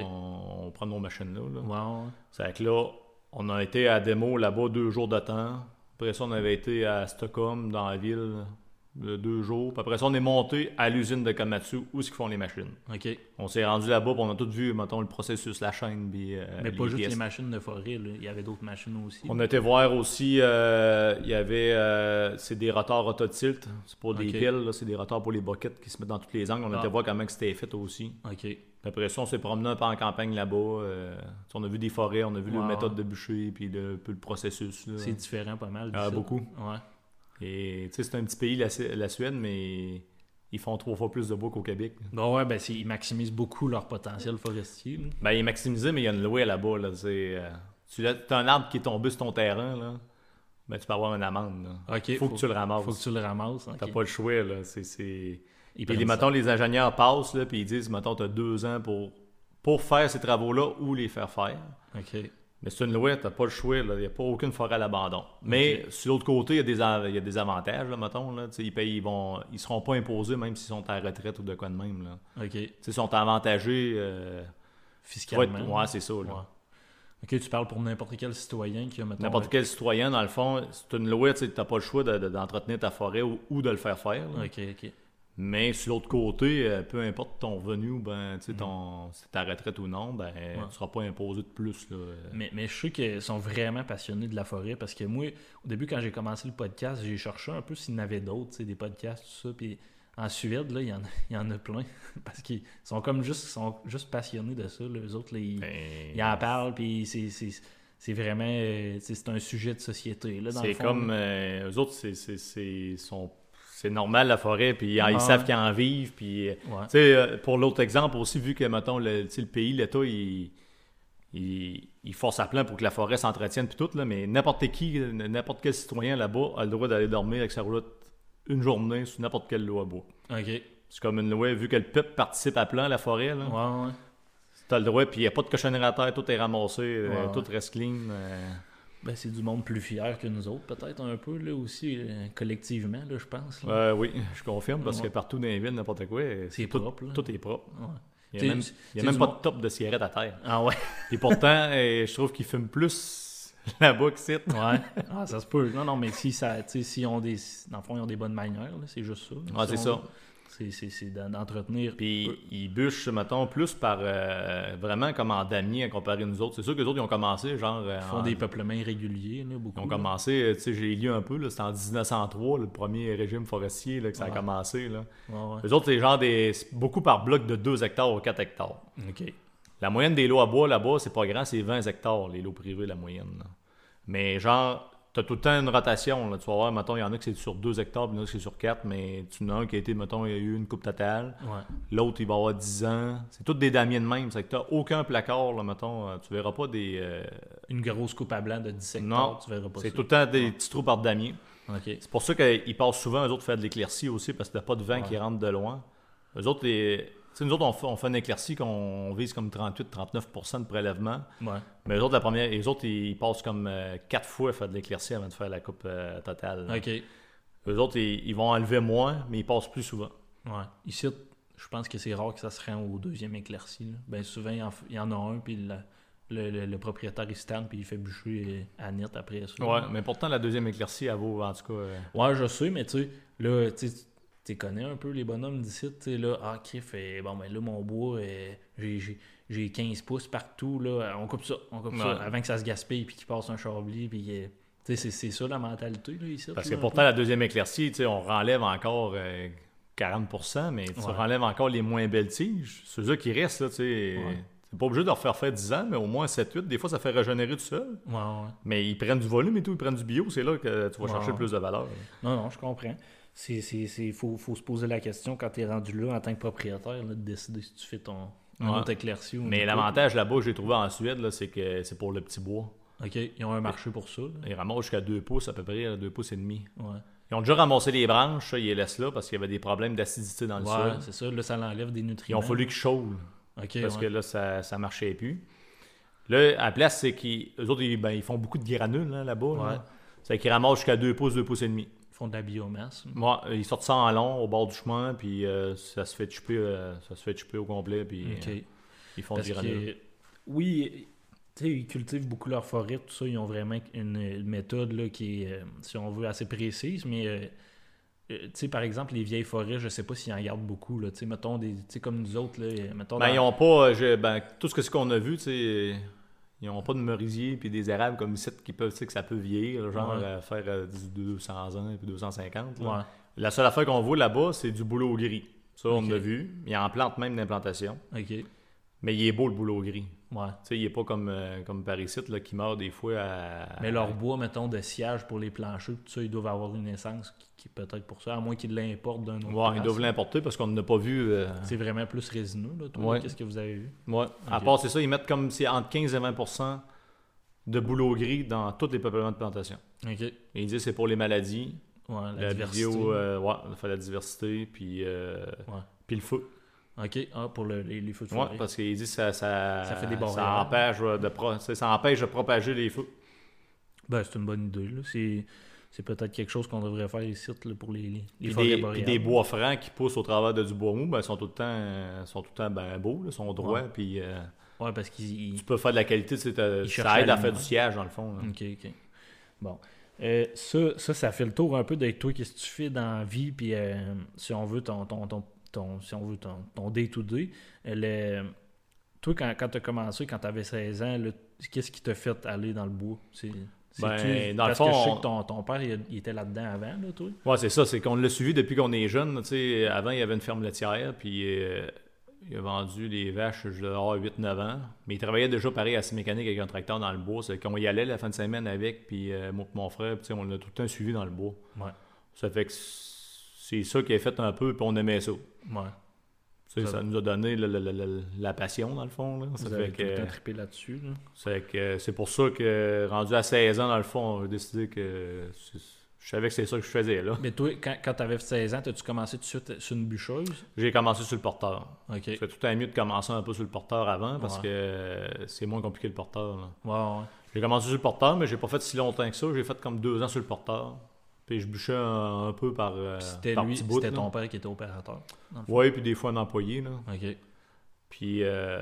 Speaker 2: on prend nos machines là. là.
Speaker 1: Ouais, ouais.
Speaker 2: C'est que là, on a été à démo là-bas deux jours de temps. Après ça, on avait été à Stockholm, dans la ville, de deux jours. Puis après ça, on est monté à l'usine de Komatsu, où ils font les machines.
Speaker 1: OK.
Speaker 2: On s'est rendu là-bas, puis on a tout vu, mettons, le processus, la chaîne, puis, euh,
Speaker 1: Mais pas juste
Speaker 2: pièces.
Speaker 1: les machines de forêt, là. il y avait d'autres machines aussi.
Speaker 2: On a été voir aussi, euh, il y avait, euh, c'est des rotors autotilt, c'est pour des
Speaker 1: Ok.
Speaker 2: piles, là, c'est des rotors pour les buckets qui se mettent dans tous les angles. On a
Speaker 1: Ah.
Speaker 2: été voir comment que c'était fait aussi.
Speaker 1: OK.
Speaker 2: Puis Après ça, on s'est promené un peu en campagne là-bas. euh, tu sais, on a vu des forêts, on a vu
Speaker 1: Ouais,
Speaker 2: les
Speaker 1: ouais.
Speaker 2: méthodes de bûcher, puis le, un peu le processus. là.
Speaker 1: C'est différent pas mal.
Speaker 2: Ah,
Speaker 1: d'ici.
Speaker 2: beaucoup.
Speaker 1: Ouais.
Speaker 2: Et tu sais, c'est un petit pays, la, la Suède, mais ils font trois fois plus de bois qu'au Québec.
Speaker 1: Bon, ouais, ben, c'est- ils maximisent beaucoup leur potentiel forestier. là.
Speaker 2: Ben, il est maximisé, mais il y a une loi là-bas. Là, c'est, euh, tu as un arbre qui est tombé sur ton terrain, là, ben, tu peux avoir une amende. là.
Speaker 1: OK.
Speaker 2: faut, que tu le ramasses.
Speaker 1: Faut que tu le ramasses. ok.
Speaker 2: T'as pas le choix, là. C'est, c'est...
Speaker 1: Ils
Speaker 2: Puis
Speaker 1: prennent
Speaker 2: les,
Speaker 1: ça.
Speaker 2: mettons, les ingénieurs passent, là, puis ils disent, mettons, t'as deux ans pour, pour faire ces travaux-là ou les faire faire.
Speaker 1: OK.
Speaker 2: Mais c'est une loi, t'as pas le choix, là. Il n'y a pas aucune forêt à l'abandon. Mais sur l'autre côté, il y, a des av- il y a des avantages, là, mettons, là. Tu sais, Ils payent, ils vont... Ils seront pas imposés, même s'ils sont à la retraite ou de quoi de même, là.
Speaker 1: OK.
Speaker 2: Tu sais, Ils sont avantagés... euh, tu vas être-
Speaker 1: Fiscalement.
Speaker 2: Ouais, c'est ça, là.
Speaker 1: Ouais. OK, tu parles pour n'importe quel citoyen qui a, mettons...
Speaker 2: N'importe quel citoyen, dans le fond, c'est une loi, tu n'as pas le choix de- de- d'entretenir ta forêt ou, ou de le faire faire. là.
Speaker 1: OK, OK.
Speaker 2: Mais sur l'autre côté, euh, peu importe ton revenu, ou ben,
Speaker 1: Mm.
Speaker 2: tu sais, ton, si ta retraite ou non, ben, tu seras pas imposé de plus. Là.
Speaker 1: Mais, mais je sais qu'ils sont vraiment passionnés de la forêt parce que moi, au début, quand j'ai commencé le podcast, j'ai cherché un peu s'il y en avait d'autres, tu sais, des podcasts, tout ça. Puis en Suède, là, il y en a, il y en a plein parce qu'ils sont comme juste, ils sont juste passionnés de ça. Les autres, là, ils,
Speaker 2: Ben,
Speaker 1: ils en parlent, puis c'est- c'est c'est vraiment. euh, tu sais, c'est un sujet de société. là, dans le
Speaker 2: c'est
Speaker 1: fond,
Speaker 2: comme. euh, eux autres, c'est- c'est- c'est sont- c'est normal la forêt, puis ah,
Speaker 1: Ah.
Speaker 2: ils savent qu'ils en vivent. Puis, euh,
Speaker 1: Ouais.
Speaker 2: tu sais, euh, pour l'autre exemple aussi, vu que, mettons, le, tu sais, le pays, l'État, il, il, il force à plein pour que la forêt s'entretienne, puis tout, là, mais n'importe qui, n'importe quel citoyen là-bas a le droit d'aller dormir avec sa roulotte une journée sous n'importe quel loi à bois.
Speaker 1: OK. Ouais,
Speaker 2: C'est comme une loi, vu que le peuple participe à plein à la forêt, là,
Speaker 1: ouais.
Speaker 2: t'as le droit, puis il n'y a pas de cochonnerie à terre, tout est ramassé, euh,
Speaker 1: Ouais,
Speaker 2: tout
Speaker 1: ouais.
Speaker 2: reste clean. euh.
Speaker 1: Ben, c'est du monde plus fier que nous autres, peut-être un peu, là aussi, euh, collectivement, là, je pense. là.
Speaker 2: Euh, oui, je confirme, parce que
Speaker 1: Ouais.
Speaker 2: partout dans les villes, n'importe quoi, euh,
Speaker 1: C'est
Speaker 2: tout,
Speaker 1: propre, là.
Speaker 2: tout est propre.
Speaker 1: Ouais.
Speaker 2: Il
Speaker 1: T'sais,
Speaker 2: n'y a même,
Speaker 1: c'est-
Speaker 2: il y a
Speaker 1: c'est
Speaker 2: même
Speaker 1: du
Speaker 2: pas
Speaker 1: monde-
Speaker 2: de top de cigarette à terre.
Speaker 1: Ah ouais.
Speaker 2: Et pourtant, euh, je trouve qu'ils fument plus là-bas qu'ici.
Speaker 1: Ouais, ah, ça se peut. Non, non, mais si ça, tu sais, si on des, dans le fond, ils ont des bonnes manières, là, c'est juste ça.
Speaker 2: Ah, c'est ça.
Speaker 1: C'est, c'est, c'est d'en- d'entretenir.
Speaker 2: Puis ils bûchent, mettons, plus par euh, vraiment comme en damier à comparer nous autres. C'est sûr que les autres, ils ont commencé genre. euh,
Speaker 1: Ils font
Speaker 2: en-
Speaker 1: des peuplements irréguliers, là, beaucoup.
Speaker 2: Ils ont
Speaker 1: là.
Speaker 2: commencé, euh, tu sais, j'ai lu un peu, là, c'était en 1903, le premier régime forestier là, que ça
Speaker 1: Ouais.
Speaker 2: a commencé. Là.
Speaker 1: Ouais,
Speaker 2: Les autres, c'est genre des, c'est beaucoup par bloc de 2 hectares ou 4 hectares.
Speaker 1: ouais. OK.
Speaker 2: La moyenne des lots à bois là-bas, c'est pas grand, c'est 20 hectares, les lots privés, la moyenne. là. Mais genre, t'as tout le temps une rotation. Là. Tu vas voir, mettons, il y en a qui c'est sur 2 hectares, puis il y en a qui c'est sur 4, mais tu en as un qui a été, mettons, il y a eu une coupe totale.
Speaker 1: Ouais.
Speaker 2: L'autre, il va avoir 10 ans. C'est tous des damiers de même. C'est que t'as aucun placard, là, mettons. euh, Tu verras pas des. euh,
Speaker 1: Une grosse coupe à blanc de 10 hectares,
Speaker 2: Non,
Speaker 1: tu verras pas
Speaker 2: c'est
Speaker 1: ça.
Speaker 2: tout le temps des petits trous par damier.
Speaker 1: OK.
Speaker 2: C'est pour ça qu'ils passent souvent, eux autres, faire de l'éclaircie aussi, parce que t'as pas de vent
Speaker 1: Ouais.
Speaker 2: qui rentre de loin. Eux autres, les- tu sais, nous autres, on fait, on fait une éclaircie qu'on vise comme 38-39 de prélèvement.
Speaker 1: Ouais.
Speaker 2: Mais eux autres, la première, les autres, ils, ils passent comme euh, quatre fois à faire de l'éclaircie avant de faire la coupe euh, totale. là.
Speaker 1: OK. Ouais.
Speaker 2: Eux autres, ils, ils vont enlever moins, mais ils passent plus souvent.
Speaker 1: Ici, je pense que c'est rare que ça se rend au deuxième éclairci. là. Ben, souvent, il y en, f- il y en a un, puis le, le, le- le propriétaire, il se tanne, puis il fait bûcher euh, à net après ça.
Speaker 2: Ouais, mais pourtant, la deuxième éclaircie, elle vaut, en tout cas. euh,
Speaker 1: Ouais, je sais, mais tu sais, là, tu sais, tu connais un peu les bonhommes d'ici, tu sais, là, ah, crif, eh, bon, ben là, mon bois, eh, j'ai- j'ai j'ai 15 pouces partout, là, euh, on coupe ça, on coupe ça,
Speaker 2: Ouais.
Speaker 1: avant que ça se gaspille, puis qu'il passe un charbli, puis, eh, tu sais, c'est- c'est ça la mentalité, là, ici.
Speaker 2: parce
Speaker 1: là,
Speaker 2: que
Speaker 1: un
Speaker 2: pourtant, la deuxième éclaircie, tu sais, on renlève encore euh, 40 mais tu
Speaker 1: Ouais.
Speaker 2: renlèves encore les moins belles tiges. Ceux-là qui restent, là, tu sais.
Speaker 1: Ouais.
Speaker 2: C'est pas obligé de leur faire faire 10 ans, mais au moins 7-8. Des fois, ça fait régénérer tout seul.
Speaker 1: Ouais, ouais.
Speaker 2: Mais ils prennent du volume et tout, ils prennent du bio. C'est là que tu vas
Speaker 1: Ouais.
Speaker 2: chercher le plus de valeur.
Speaker 1: Non, non, je comprends. Il faut, faut se poser la question quand tu es rendu là en tant que propriétaire, là, de décider si tu fais ton un
Speaker 2: Ouais.
Speaker 1: autre éclairci ou
Speaker 2: Mais
Speaker 1: pas.
Speaker 2: l'avantage là-bas que j'ai trouvé en Suède, là, c'est que c'est pour le petit bois.
Speaker 1: OK, ils ont un marché pour ça. là.
Speaker 2: Ils ramassent jusqu'à 2 pouces à peu près, 2 pouces et demi.
Speaker 1: Ouais.
Speaker 2: Ils ont déjà ramassé les branches, ça, ils les laissent là parce qu'il y avait des problèmes d'acidité dans le
Speaker 1: Ouais,
Speaker 2: sol.
Speaker 1: c'est ça. Là, ça l'enlève des
Speaker 2: Ils
Speaker 1: nutriments.
Speaker 2: ont fallu qu'ils chaulent
Speaker 1: OK,
Speaker 2: parce
Speaker 1: ouais.
Speaker 2: que là, ça ne marchait plus. Là, à la place, c'est qu'ils eux autres, ils, ben, ils font beaucoup de granules là, là-bas. là.
Speaker 1: Ouais.
Speaker 2: C'est qu'ils ramassent jusqu'à 2 pouces, 2 pouces et demi.
Speaker 1: Ils font de la biomasse.
Speaker 2: Moi, ils sortent ça en long au bord du chemin, puis euh, ça se fait choper, euh, ça se fait choper au complet, puis
Speaker 1: OK.
Speaker 2: euh, ils font
Speaker 1: Parce
Speaker 2: du granul.
Speaker 1: que, oui, tu sais, ils cultivent beaucoup leur forêt, tout ça. Ils ont vraiment une, une méthode là, qui est, euh, si on veut, assez précise. Mais, euh, euh, tu sais, par exemple, les vieilles forêts, je sais pas s'ils en gardent beaucoup. Là, tu sais, mettons, des, tu sais, comme nous autres, là, euh, mettons...
Speaker 2: Ben,
Speaker 1: dans-
Speaker 2: ils ont pas, euh, je- ben, tout ce que ce qu'on a vu, tu sais, euh, ils n'ont pas de merisier puis des arabes comme ici qui peuvent, tu sais, que ça peut vieillir, genre
Speaker 1: Ouais.
Speaker 2: euh, faire euh, du 200 ans puis 250. là.
Speaker 1: Ouais.
Speaker 2: La seule affaire qu'on voit là-bas, c'est du boulot gris. Ça, on
Speaker 1: Ok.
Speaker 2: l'a vu. Ils en plantent même d'implantation.
Speaker 1: OK.
Speaker 2: Mais il est beau le boulot gris.
Speaker 1: Ouais.
Speaker 2: Tu sais, il est pas comme, euh, comme par ici là, qui meurt des fois à.
Speaker 1: Mais leur bois, mettons, de sciage pour les planchers, tout ça, ils doivent avoir une essence qui, qui est peut-être pour ça, à moins qu'ils l'importent d'un autre
Speaker 2: Ouais, ils
Speaker 1: place.
Speaker 2: doivent l'importer parce qu'on n'a pas vu. euh,
Speaker 1: C'est vraiment plus résineux, là, toi,
Speaker 2: Ouais.
Speaker 1: qu'est-ce que vous avez vu?
Speaker 2: Ouais. À
Speaker 1: Ok.
Speaker 2: part, c'est ça, ils mettent comme c'est entre 15 et 20 de boulot gris dans tous les peuplements de plantation.
Speaker 1: OK. Ouais,
Speaker 2: Et ils disent que c'est pour les maladies,
Speaker 1: la,
Speaker 2: la,
Speaker 1: diversité.
Speaker 2: bio, euh, ouais, enfin, la diversité, puis, euh,
Speaker 1: Ouais.
Speaker 2: puis le feu.
Speaker 1: OK, ah, pour le- les, les feux de
Speaker 2: Ouais,
Speaker 1: forêt.
Speaker 2: parce qu'ils disent que ça, ça,
Speaker 1: Ça fait des barrières.
Speaker 2: ça empêche, euh, de pro- ça- ça empêche de propager les feux.
Speaker 1: Ben, c'est une bonne idée. là. C'est, c'est peut-être quelque chose qu'on devrait faire ici là, pour les, les, les
Speaker 2: Puis
Speaker 1: forêts
Speaker 2: des, puis
Speaker 1: boréales.
Speaker 2: des bois francs qui poussent au travers de du bois mou, ben, sont tout le temps, euh, sont tout le temps ben, beaux, là, sont droits, puis euh,
Speaker 1: Ouais, parce qu'ils.
Speaker 2: tu peux faire de la qualité, tu sais, t'as-
Speaker 1: Ils cherchent Mm.
Speaker 2: ça aide à faire
Speaker 1: l'aliment.
Speaker 2: du siège dans le fond. là.
Speaker 1: Ok, ok. Bon. Euh, ça, ça, ça fait le tour un peu de toi, qu'est-ce que tu fais dans la vie, puis euh, si on veut ton, ton, ton, ton- si on veut ton, ton day-to-day. Euh, le- Toi, quand, quand tu as commencé, quand tu avais 16 ans, là, qu'est-ce qui t'a fait aller dans le bois? C'est, c'est-tu-
Speaker 2: Ben, dans le
Speaker 1: parce
Speaker 2: fond,
Speaker 1: que je sais
Speaker 2: on-
Speaker 1: que ton, ton père, il, a- il était là-dedans avant, là, toi.
Speaker 2: Ouais, c'est ça, c'est qu'on l'a suivi depuis qu'on est jeune. là, tu sais, Avant, il y avait une ferme laitière, puis euh, il a vendu les vaches, je devais avoir 8-9 ans. Mais il travaillait déjà pareil à six mécanique avec un tracteur dans le bois. C'est qu'on y allait la fin de semaine avec, puis euh, moi et mon frère, puis tu sais, on l'a tout le temps suivi dans le bois.
Speaker 1: Ouais.
Speaker 2: Ça fait que c'est ça qui a fait un peu, puis on aimait ça.
Speaker 1: Ouais.
Speaker 2: Tu sais,
Speaker 1: Ça-
Speaker 2: ça nous a donné le- le- le- le- la passion, dans le fond. là. Ça
Speaker 1: Vous
Speaker 2: fait
Speaker 1: avez tout le
Speaker 2: que,
Speaker 1: temps trippé là-dessus. là.
Speaker 2: ça fait que c'est pour ça que, rendu à 16 ans, dans le fond, j'ai décidé que c'est- je savais que c'est ça que je faisais. là.
Speaker 1: Mais toi, quand, quand tu avais 16 ans, as-tu commencé tout de suite sur une bûcheuse?
Speaker 2: J'ai commencé sur le porteur.
Speaker 1: Ok.
Speaker 2: C'est tout à mieux de commencer un peu sur le porteur avant parce
Speaker 1: Ouais.
Speaker 2: que euh, c'est moins compliqué le porteur. là.
Speaker 1: Ouais, ouais.
Speaker 2: J'ai commencé sur le porteur, mais j'ai pas fait si longtemps que ça. J'ai fait comme deux ans sur le porteur. Puis je bûchais un, un peu par, euh,
Speaker 1: Puis C'était
Speaker 2: par
Speaker 1: lui,
Speaker 2: petits bouts,
Speaker 1: c'était
Speaker 2: là.
Speaker 1: ton père qui était opérateur. dans le fond.
Speaker 2: Ouais, puis des fois un employé. Là.
Speaker 1: Ok.
Speaker 2: Puis, euh,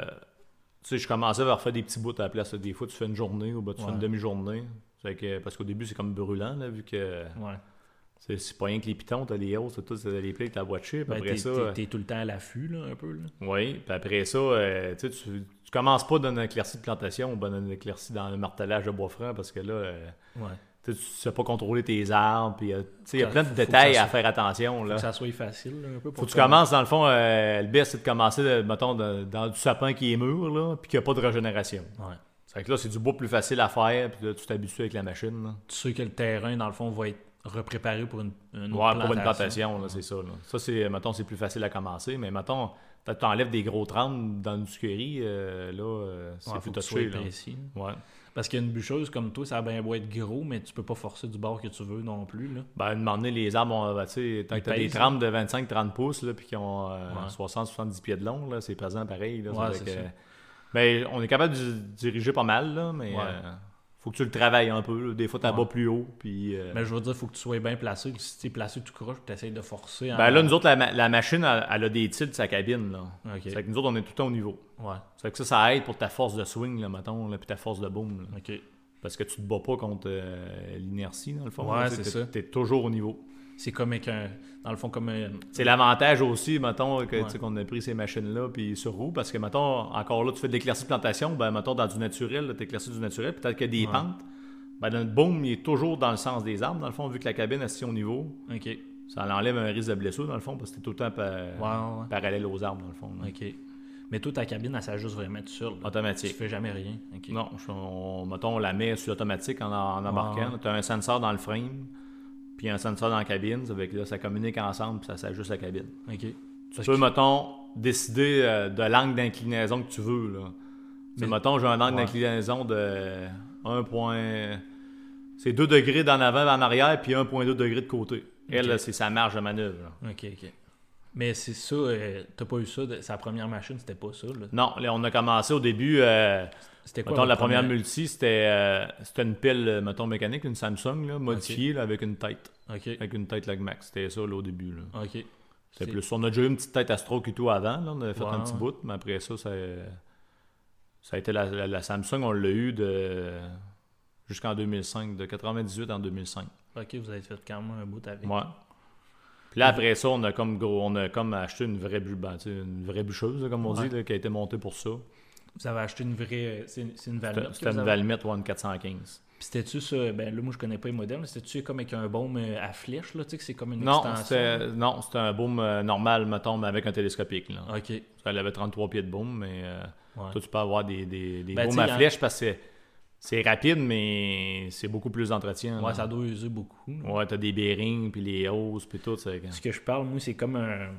Speaker 2: tu sais, je commençais à refaire des petits bouts à la place. là. Des fois, tu fais une journée ou ben, tu fais
Speaker 1: Ouais.
Speaker 2: une demi-journée. C'est que- Parce qu'au début, c'est comme brûlant, là, vu que
Speaker 1: Ouais.
Speaker 2: c'est c'est pas rien que les pitons, t'as les hausses, t'as tout, t'as les plaies, t'as la boîte chip.
Speaker 1: Ben,
Speaker 2: après
Speaker 1: t'es,
Speaker 2: ça.
Speaker 1: t'es-
Speaker 2: euh,
Speaker 1: t'es tout le temps à l'affût, là, un peu. Là.
Speaker 2: Oui, puis après ça, euh, tu, sais, tu tu commences pas dans une éclaircie de plantation ou dans une éclaircie dans le martelage de bois franc parce que là, euh,
Speaker 1: Ouais.
Speaker 2: tu sais, tu sais pas contrôler tes arbres. Puis, euh, tu sais, il y a
Speaker 1: Faut-
Speaker 2: plein de
Speaker 1: faut que
Speaker 2: détails
Speaker 1: ça
Speaker 2: à faire attention.
Speaker 1: Faut
Speaker 2: Là.
Speaker 1: que
Speaker 2: Faut,
Speaker 1: ça soit facile, là, un peu. Pour
Speaker 2: que tu commences, dans le fond, euh, le best, c'est de commencer, euh, mettons, dans, dans du sapin qui est mûr, là, puis qu'il n'y a pas de régénération.
Speaker 1: Ouais.
Speaker 2: C'est que là, c'est du bois plus facile à faire, puis là, tu t'habitues avec la machine. Là.
Speaker 1: Tu sais que le terrain, dans le fond, va être repréparé pour une, une
Speaker 2: Ouais,
Speaker 1: autre
Speaker 2: pour une plantation, là, c'est ça. Là. Ça, c'est, mettons, c'est plus facile à commencer, mais mettons, tu enlèves des gros trams dans une sucrerie, euh, là, euh, c'est
Speaker 1: Ouais, faut
Speaker 2: plus
Speaker 1: que tu
Speaker 2: touché.
Speaker 1: sois
Speaker 2: là.
Speaker 1: précis.
Speaker 2: Ouais.
Speaker 1: Parce qu'une bûcheuse comme toi, ça a bien beau être gros, mais tu peux pas forcer du bord que tu veux non plus. Là.
Speaker 2: Ben, à un moment donné, les arbres, on- ben, tu sais, tant
Speaker 1: Ils
Speaker 2: que t'as des
Speaker 1: pèsent,
Speaker 2: trames de 25-30 pouces, là, puis qui ont euh,
Speaker 1: Ouais.
Speaker 2: 60-70 pieds de long, là, c'est pesant pareil. Là,
Speaker 1: Ouais,
Speaker 2: fait
Speaker 1: c'est
Speaker 2: que-
Speaker 1: ça.
Speaker 2: ben, on est capable de se diriger pas mal, là, mais
Speaker 1: Ouais.
Speaker 2: euh, faut que tu le travailles un peu. là. Des fois, t'as
Speaker 1: Ouais.
Speaker 2: bas plus haut, puis... euh,
Speaker 1: Mais je veux dire, faut que tu sois bien placé. puis Si t'es placé tout croche, tu essaies de forcer. en-
Speaker 2: ben, là, nous autres, la, ma- la machine, elle, elle a des titres de sa cabine, là.
Speaker 1: Ok.
Speaker 2: Fait que nous autres, on est tout le temps au niveau.
Speaker 1: Ouais,
Speaker 2: Ça fait que ça, ça aide pour ta force de swing, là, mettons, là, puis ta force de boom, là.
Speaker 1: ok.
Speaker 2: Parce que tu te bats pas contre euh, l'inertie, dans le fond.
Speaker 1: Ouais,
Speaker 2: là, tu sais,
Speaker 1: c'est
Speaker 2: t'es-
Speaker 1: ça.
Speaker 2: T'es toujours au niveau.
Speaker 1: C'est comme avec un. Dans le fond, comme un.
Speaker 2: C'est l'avantage aussi, mettons, que,
Speaker 1: Ouais.
Speaker 2: tu sais, qu'on a pris ces machines-là puis sur roue, parce que, mettons, encore là, tu fais de l'éclaircie de plantation, ben, mettons, dans du naturel, tu éclaircis du naturel, puis peut-être qu'il y a des
Speaker 1: Ouais.
Speaker 2: pentes, ben, dans le boom, il est toujours dans le sens des arbres, dans le fond, vu que la cabine est si au niveau,
Speaker 1: Ok. Ouais,
Speaker 2: ça enlève un risque de blessure, dans le fond, parce que t'es tout le temps pa-
Speaker 1: ouais, ouais.
Speaker 2: parallèle aux arbres, dans le fond. là.
Speaker 1: OK. Mais toi, ta cabine, elle s'ajuste vraiment tout seul. là. Tu
Speaker 2: Automatique.
Speaker 1: fais jamais rien. Ok.
Speaker 2: Ah,
Speaker 1: Ah.
Speaker 2: Non, je- on, mettons, on la met sur automatique en, en embarquant. Tu as un sensor dans le frame, puis un sensor dans la cabine. Ça, fait que là, ça communique ensemble, puis ça s'ajuste la cabine.
Speaker 1: Ok.
Speaker 2: Tu peux, mettons, décider euh, de l'angle d'inclinaison que tu veux. Là. Tu sais,
Speaker 1: Mais-
Speaker 2: mettons, j'ai un angle
Speaker 1: Ouais.
Speaker 2: d'inclinaison de 1. point- C'est 2 degrés d'en avant en arrière, puis 1,2 degrés de côté. Elle,
Speaker 1: Ok.
Speaker 2: là, c'est sa marge de manœuvre. là.
Speaker 1: Ok, ok. Mais c'est ça, euh, t'as pas eu ça, de- sa première machine, c'était pas ça. là.
Speaker 2: Non, là, on a commencé au début. euh,
Speaker 1: C'était quoi
Speaker 2: Mettons,
Speaker 1: votre
Speaker 2: la première multi, c'était euh, c'était une pile, euh, mettons, mécanique, une Samsung, là, modifiée là, avec une tête.
Speaker 1: Ok,
Speaker 2: Avec une tête Lagmax. C'était ça, là, au début. là.
Speaker 1: ok.
Speaker 2: C'était
Speaker 1: C'est-
Speaker 2: plus... On a déjà eu une petite tête Astro et tout avant. là, on avait fait
Speaker 1: Ouais,
Speaker 2: un petit
Speaker 1: ouais.
Speaker 2: bout, mais après ça, ça, ça a été la, la- la Samsung, on l'a eu de... jusqu'en 2005, de 98 en 2005.
Speaker 1: Ok, vous avez fait quand même un bout avec.
Speaker 2: Ouais. Puis là, après ça, on a comme, gros- on a comme acheté une vraie, bu- ben, tu sais, une vraie bûcheuse, là, comme on
Speaker 1: Ouais.
Speaker 2: dit, là, qui a été montée pour ça.
Speaker 1: Vous avez acheté une vraie. euh, C'est c'est une valette.
Speaker 2: C'était
Speaker 1: que
Speaker 2: c'était
Speaker 1: vous
Speaker 2: une
Speaker 1: avez-
Speaker 2: Valmet One 415.
Speaker 1: Puis c'était-tu ça, ben là, moi, je connais pas les modèles, mais c'était-tu comme avec un baume euh, à flèche, là, tu sais, que c'est comme une
Speaker 2: Non,
Speaker 1: extension?
Speaker 2: c'était non, c'était un boom euh, normal, mettons, mais avec un télescopique. Là.
Speaker 1: Ok. Ouais.
Speaker 2: Elle avait 33 pieds de boom, mais euh,
Speaker 1: Ouais.
Speaker 2: toi, tu peux avoir des, des, des
Speaker 1: Ben,
Speaker 2: booms
Speaker 1: tu sais,
Speaker 2: à
Speaker 1: y en-
Speaker 2: flèche parce que c'est- c'est rapide, mais c'est beaucoup plus d'entretien. là.
Speaker 1: ça doit user beaucoup. là.
Speaker 2: Ouais, t'as des bearings, puis les hausses, puis tout. C'est
Speaker 1: Ce que je parle, moi, c'est comme un.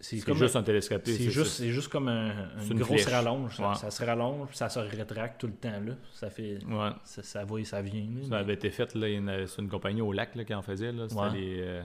Speaker 1: C'est
Speaker 2: c'est
Speaker 1: comme
Speaker 2: juste
Speaker 1: un-
Speaker 2: un télescopique.
Speaker 1: C'est juste, c'est juste comme un-
Speaker 2: C'est
Speaker 1: une,
Speaker 2: une
Speaker 1: grosse
Speaker 2: flèche.
Speaker 1: rallonge. Ça,
Speaker 2: Ouais.
Speaker 1: ça se rallonge, puis ça se rétracte tout le temps, là. Ça fait.
Speaker 2: Ouais.
Speaker 1: Ça, ça va et ça vient. là,
Speaker 2: Ça
Speaker 1: mais-
Speaker 2: avait été fait, là, il y en a- c'est une compagnie au lac là, qui en faisait. là. C'était
Speaker 1: Ouais.
Speaker 2: les, euh,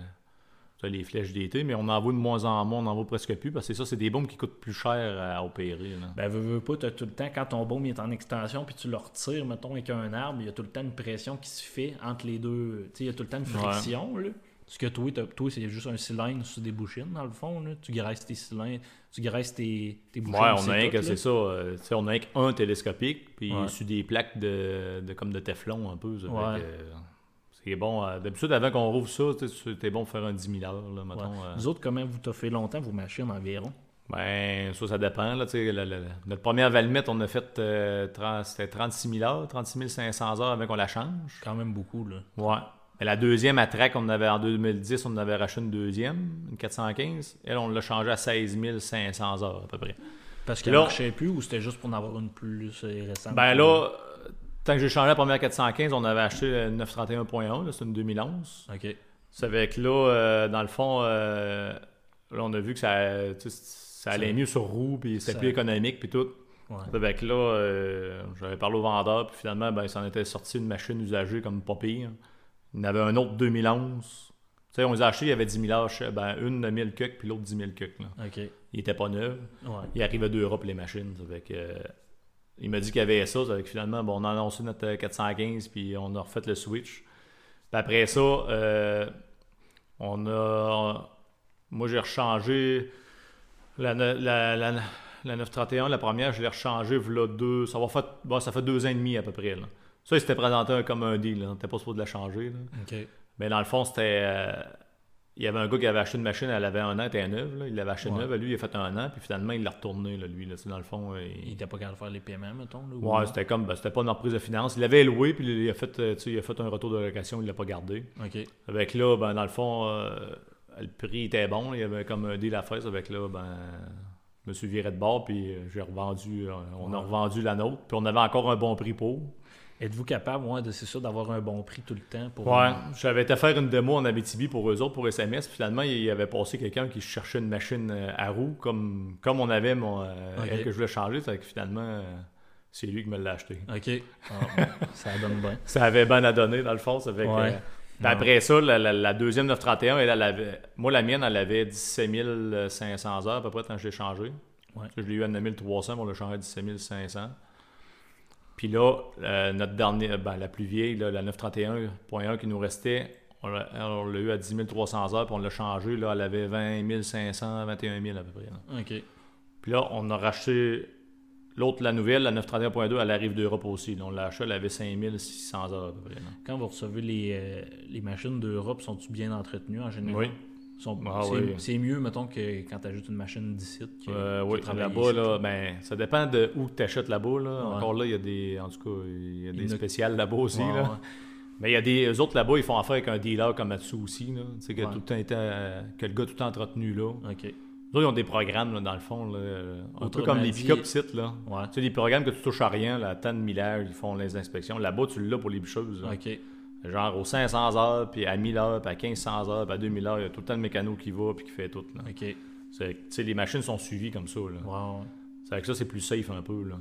Speaker 2: c'était les flèches d'été, mais on en vaut de moins en moins, on en vaut presque plus, parce que c'est ça, c'est des booms qui coûtent plus cher à opérer. là.
Speaker 1: Ben, veux, veux pas, t'as tout le temps, quand ton baume il est en extension, puis tu le retires, mettons, avec un arbre, il y a tout le temps une pression qui se fait entre les deux. Tu sais, il y a tout le temps une
Speaker 2: Ouais.
Speaker 1: friction, là. Parce que toi, t'as- toi c'est juste un cylindre sur des bouchines, dans le fond, là. Tu graisses tes cylindres, tu graisses tes, tes bouchines.
Speaker 2: Ouais,
Speaker 1: c'est
Speaker 2: on a un
Speaker 1: tout,
Speaker 2: que
Speaker 1: là.
Speaker 2: c'est ça. euh, tu sais, on a un que un télescopique, puis
Speaker 1: Ouais.
Speaker 2: sur des plaques de, de- comme de Teflon un peu. ça fait
Speaker 1: Ouais.
Speaker 2: que, euh, c'est bon. euh, D'habitude, avant qu'on rouvre ça, tu sais, c'était bon de faire un 10 000 heures, là,
Speaker 1: Ouais.
Speaker 2: mettons. euh.
Speaker 1: Vous autres, comment vous t'offrez longtemps vos machines environ?
Speaker 2: Ben, ça, ça dépend. Là, tu sais, la- la- la- notre première valmette, on a fait euh, 30 c'était 36 000 heures, 36 500 heures avant qu'on la change.
Speaker 1: Quand même beaucoup, là.
Speaker 2: Ouais. Mais la deuxième à track, on avait en 2010, on avait racheté une deuxième, une 415. Elle, on l'a changée à 16 500 heures à peu près.
Speaker 1: Parce qu'elle
Speaker 2: Là, on-
Speaker 1: marchait plus ou c'était juste pour en avoir une plus euh, récente?
Speaker 2: Ben là, euh, tant que j'ai changé la première 415, on avait acheté le 931.1, là, c'est une 2011.
Speaker 1: OK.
Speaker 2: Ça fait que là, euh, dans le fond, euh, là, on a vu que ça, tu sais, ça allait
Speaker 1: Ça-
Speaker 2: mieux sur roue, puis
Speaker 1: ça-
Speaker 2: c'était plus économique, puis tout.
Speaker 1: Ouais.
Speaker 2: Ça fait que là, euh, j'avais parlé au vendeur, puis finalement, ben, il s'en était sorti une machine usagée comme pas pire. Il y en avait un autre 2011. Tu sais, on les a achetés, il y avait 10 000 heures, ben, une de 1000 cucks, puis l'autre 10 000 cucks. là.
Speaker 1: OK.
Speaker 2: Il était pas neuf.
Speaker 1: Ouais.
Speaker 2: Il arrivait d'Europe, les machines. Ça fait que, euh, il m'a dit qu'il y avait ça. Ça fait que finalement, bon, on a annoncé notre euh, 415 puis on a refait le switch. Puis après ça, euh, on a. Moi, j'ai rechangé la, ne- la, la- la 931, la première, je l'ai rechangée v'là deux. Ça, va faire, bon, ça fait deux ans et demi à peu près. là. Ça, il s'était présenté comme un deal. là. On n'était pas supposé de la changer. là.
Speaker 1: OK.
Speaker 2: Mais dans le fond, c'était. euh, il y avait un gars qui avait acheté une machine, elle avait un an, elle était neuve. là. Il l'avait acheté
Speaker 1: Ouais.
Speaker 2: neuve, lui, il a fait un an, puis finalement, il l'a retourné, là, lui. Là, Tu sais, dans le fond, euh, il-
Speaker 1: Il était pas capable de faire les paiements, mettons, là? ou
Speaker 2: Ouais,
Speaker 1: non?
Speaker 2: c'était comme. ben, c'était pas une reprise de finance. Il l'avait loué, puis il a fait, euh, tu sais, il a fait un retour de location, il l'a pas gardé.
Speaker 1: OK.
Speaker 2: Avec là, ben, dans le fond, euh, le prix était bon. là. Il y avait comme un deal à faire. Avec là, ben, je me suis viré de bord, puis euh, j'ai revendu. euh, on a
Speaker 1: Ouais.
Speaker 2: revendu la nôtre, puis on avait encore un bon prix pour.
Speaker 1: Êtes-vous capable, ouais, de c'est ça, d'avoir un bon prix tout le temps pour. euh,
Speaker 2: Ouais, j'avais été faire une démo en Abitibi pour eux autres, pour SMS. puis Finalement, il y avait passé quelqu'un qui cherchait une machine euh, à roues, comme, comme on avait mon, euh,
Speaker 1: Ok.
Speaker 2: elle que je voulais changer. Ça fait que finalement, euh, c'est lui qui me l'a acheté.
Speaker 1: Ok. Ah, bon, ça donne bien.
Speaker 2: Ça avait bien à donner, dans le fond. Ça fait que,
Speaker 1: Ouais.
Speaker 2: euh, puis après ça, la, la- la deuxième 931, elle, elle avait, moi, la mienne, elle avait 17 500 heures à peu près quand je l'ai changée.
Speaker 1: Ouais.
Speaker 2: Je l'ai eu à 9 300, mais on l'a changé à 17 500. Puis là, euh, notre dernière, ben, la plus vieille, là, la 931.1 qui nous restait, on l'a on l'a eu à 10 300 heures, puis on l'a changé, là, elle avait 20 500, 21 000 à peu près. là.
Speaker 1: Ok.
Speaker 2: Puis là, on a racheté l'autre, la nouvelle, la 931.2, elle arrive d'Europe aussi. là. on l'a achetée, elle avait 5 600 heures à peu près. là.
Speaker 1: Quand vous recevez les, euh, les machines d'Europe, sont-tu bien entretenues en général?
Speaker 2: Oui.
Speaker 1: Sont-
Speaker 2: Ah,
Speaker 1: c'est,
Speaker 2: oui.
Speaker 1: c'est mieux, mettons, que quand tu ajoutes une machine d'ici. que-
Speaker 2: Euh,
Speaker 1: que
Speaker 2: oui,
Speaker 1: travailler
Speaker 2: là-bas,
Speaker 1: ici.
Speaker 2: là, ben, ça dépend de où tu achètes là-bas. Là.
Speaker 1: Ouais.
Speaker 2: Encore là, il y a des. En tout cas, il y a
Speaker 1: y
Speaker 2: des
Speaker 1: en a-
Speaker 2: spéciales là-bas aussi.
Speaker 1: Ouais,
Speaker 2: là.
Speaker 1: ouais.
Speaker 2: Mais il y a des. Eux autres là-bas, ils font affaire avec un dealer comme là-dessus aussi. Là. Tu sais, que
Speaker 1: Ouais.
Speaker 2: tout le temps était, euh, que le gars tout le temps entretenu là.
Speaker 1: Ok.
Speaker 2: Là, ils ont des programmes, là, dans le fond. Là, un peu
Speaker 1: Autrement
Speaker 2: comme les
Speaker 1: dit-
Speaker 2: pick-up sites. Là.
Speaker 1: Ouais.
Speaker 2: Tu sais, des programmes que tu touches à rien. La Tan Miller, ils font les inspections. Là-bas, tu l'as pour les bûcheuses. là.
Speaker 1: OK.
Speaker 2: Genre aux 500 heures, puis à 1000 heures, puis à 1500 heures, puis à 2000 heures, il y a tout le temps le mécano qui va, puis qui fait tout. Là.
Speaker 1: OK. Ouais,
Speaker 2: C'est- tu sais, les machines sont suivies comme ça. Là.
Speaker 1: ouais.
Speaker 2: C'est avec ça, c'est plus safe un peu. Là.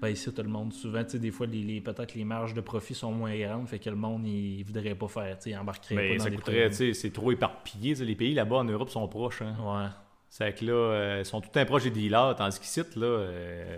Speaker 1: Ben ici, tout le monde, souvent, tu sais, des fois, les, les- peut-être les marges de profit sont moins grandes, fait que le monde, il voudrait pas faire, tu sais, embarquerait
Speaker 2: Mais
Speaker 1: pas dans
Speaker 2: Ben, ça
Speaker 1: des
Speaker 2: coûterait, tu
Speaker 1: produits.
Speaker 2: sais, c'est trop éparpillé. tu sais, Les pays là-bas en Europe sont proches. hein.
Speaker 1: Ouais.
Speaker 2: C'est que là, euh, ils sont tout le temps proches des dealers, tandis qu'ici, là, euh,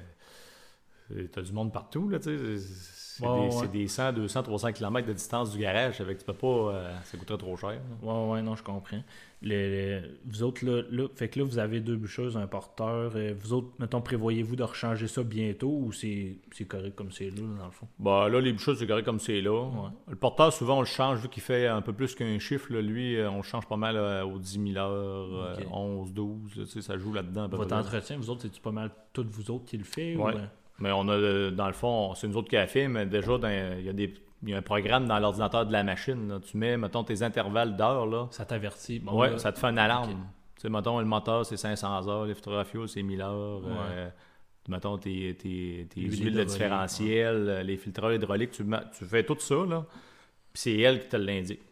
Speaker 2: euh, t'as du monde partout, là, tu sais. C'est
Speaker 1: Ouais, ouais,
Speaker 2: des, c'est
Speaker 1: ouais.
Speaker 2: des 100, 200, 300 km de distance du garage, avec tu peux pas, euh, ça coûterait trop cher. là.
Speaker 1: Ouais, ouais, non, je comprends. Le, le- vous autres, là, là, fait que là, vous avez deux bûcheuses, un porteur. euh, vous autres, mettons, prévoyez-vous de rechanger ça bientôt ou c'est c'est correct comme c'est là, dans le fond?
Speaker 2: Bah là, les bûcheuses, c'est correct comme c'est là. Le porteur, souvent, on le change, vu qu'il fait un peu plus qu'un chiffre, là, lui, euh, on le change pas mal euh, aux 10 000 heures, euh,
Speaker 1: Ok.
Speaker 2: 11, 12, là, tu sais, ça joue là-dedans. à peu
Speaker 1: Votre
Speaker 2: près.
Speaker 1: entretien, vous autres, c'est-tu pas mal toutes vous autres qui le fait?
Speaker 2: Ouais.
Speaker 1: Ou... euh?
Speaker 2: Mais on a, euh, dans le fond, c'est nous autres qui a fait, mais déjà, dans- il y, a des- il y a un programme dans l'ordinateur de la machine. là. Tu mets, mettons, tes intervalles d'heures, là.
Speaker 1: Ça t'avertit. Bon,
Speaker 2: ouais,
Speaker 1: là,
Speaker 2: ça te fait une alarme.
Speaker 1: ok.
Speaker 2: Tu sais, mettons, le moteur, c'est 500 heures, le filtre à fuel, c'est 1000 heures.
Speaker 1: Ouais.
Speaker 2: euh, mettons, tes, tes, tes
Speaker 1: L'huile
Speaker 2: huiles de
Speaker 1: hydraulique,
Speaker 2: différentiel, euh, les filtres hydrauliques, tu, ma- tu fais tout ça, là. Puis c'est elle qui te l'indique.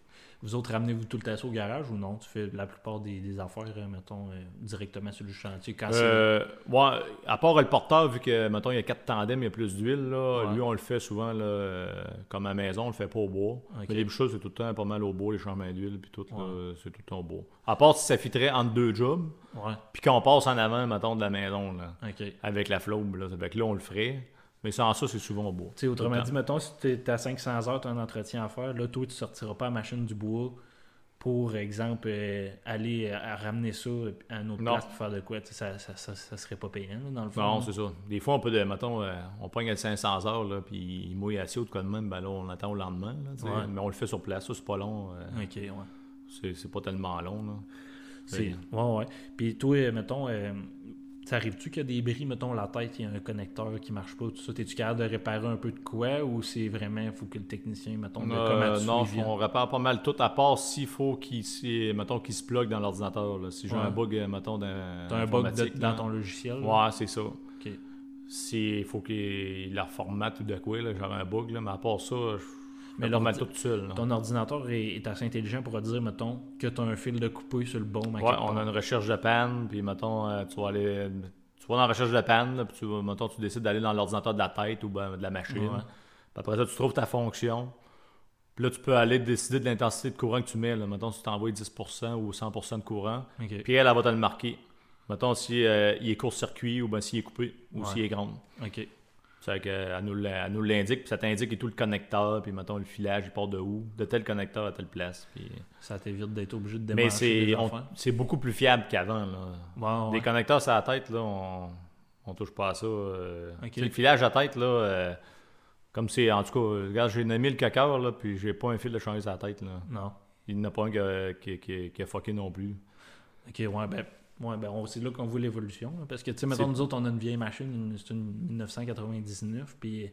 Speaker 1: Vous autres, ramenez-vous tout le temps ça au garage ou non? Tu fais la plupart des, des affaires, euh, mettons, euh, directement sur le chantier. Quand c'est
Speaker 2: Euh, ouais, à part le porteur, vu que, mettons, il y a quatre tandems, il y a plus d'huile, là.
Speaker 1: Ouais.
Speaker 2: Lui, on le fait souvent, là, euh, comme à la maison, on le fait pas au bois.
Speaker 1: Ok.
Speaker 2: Mais les choses, c'est tout le temps pas mal au bois, les chemins d'huile, puis tout, là,
Speaker 1: Ouais.
Speaker 2: c'est tout le temps au bois. À part si ça fitterait entre deux jobs,
Speaker 1: Ouais,
Speaker 2: puis qu'on passe en avant, mettons, de la maison, là.
Speaker 1: ok. Tu
Speaker 2: avec la flaube. Là. Fait que là, on le ferait. Mais sans ça, c'est souvent beau.
Speaker 1: sais, autrement
Speaker 2: Tout
Speaker 1: dit, mettons, si tu à 500 heures, tu as un entretien à faire, là, toi, tu sortiras pas la machine du bois pour, exemple, euh, aller euh, à ramener ça à une autre
Speaker 2: Non.
Speaker 1: place pour faire de quoi. Tu sais, Ça, ça, ça, ça serait pas payant, là, dans le fond.
Speaker 2: Non,
Speaker 1: là.
Speaker 2: c'est ça. Des fois, on peut, de- mettons, euh, on pogne à 500 heures, là, puis il mouille assez ou de quoi de même, ben là, on attend au lendemain. là, tu sais.
Speaker 1: Ouais.
Speaker 2: Mais on le fait sur place, ça, c'est pas long. euh,
Speaker 1: Ok, ouais.
Speaker 2: c'est- C'est pas tellement long. Là.
Speaker 1: C'est... Ouais, ouais. Puis toi, euh, mettons, euh, ça arrive-tu qu'il y a des bris, mettons, la tête, il y a un connecteur qui marche pas, tout ça. T'es-tu capable de réparer un peu de quoi ou c'est vraiment, faut que le technicien, mettons, de
Speaker 2: Euh,
Speaker 1: Komatsu,
Speaker 2: non,
Speaker 1: il vienne?
Speaker 2: on répare pas mal tout, à part s'il faut qu'il s'y- mettons, qu'il se plug dans l'ordinateur. là. Si j'ai
Speaker 1: Ouais.
Speaker 2: un bug, euh, mettons, dans,
Speaker 1: T'as un bug de-
Speaker 2: informatique, là.
Speaker 1: dans ton logiciel. là?
Speaker 2: Ouais, c'est ça.
Speaker 1: Ok.
Speaker 2: S'il faut qu'il la reformate ou de quoi, là, genre un bug, là, mais à part ça, je
Speaker 1: Mais
Speaker 2: mais normal tout
Speaker 1: l'ordi-
Speaker 2: seul. là.
Speaker 1: Ton ordinateur est, est assez intelligent pour dire, mettons, que t'as un fil de coupé sur le bon à
Speaker 2: Ouais,
Speaker 1: quelque
Speaker 2: on a
Speaker 1: part.
Speaker 2: une recherche de panne, puis mettons, euh, tu vas aller. Tu vas dans la recherche de panne, là, puis tu, vas- mettons, tu décides d'aller dans l'ordinateur de la tête ou ben, de la machine.
Speaker 1: Ouais.
Speaker 2: Puis après ça, tu trouves ta fonction. Puis là, tu peux aller décider de l'intensité de courant que tu mets. Là. Mettons, si tu t'envoies 10% ou 100% de courant,
Speaker 1: Ok.
Speaker 2: puis elle, elle va te le marquer. Mettons, si euh, il est court-circuit ou ben, s'il est coupé ou
Speaker 1: Ouais.
Speaker 2: s'il est grand.
Speaker 1: Ok.
Speaker 2: C'est que euh, elle nous l'a- elle nous l'indique, puis ça t'indique et tout le connecteur, puis mettons le filage, il part de où, de tel connecteur à telle place. puis-
Speaker 1: Ça t'évite d'être obligé de
Speaker 2: Mais
Speaker 1: démarcher
Speaker 2: c'est
Speaker 1: des
Speaker 2: on-
Speaker 1: affaires.
Speaker 2: c'est beaucoup plus fiable qu'avant. là.
Speaker 1: Ouais, ouais.
Speaker 2: Des connecteurs sur la tête, là, on, on touche pas à ça. euh.
Speaker 1: Ok.
Speaker 2: Tu sais, Le filage à tête, là, euh, comme c'est. En tout cas, euh, regarde, j'ai nommé le coqueur, là, puis j'ai pas un fil de changer sa tête. Là.
Speaker 1: Non.
Speaker 2: Il n'y en a pas un qui a, qui- qui- qui a fucké non plus.
Speaker 1: Ok, ouais, ben, ouais, ben on- c'est là qu'on voit l'évolution. là, parce que, tu sais, mettons,
Speaker 2: C'est-
Speaker 1: nous autres, on a une vieille machine, une- c'est une 1999. Puis,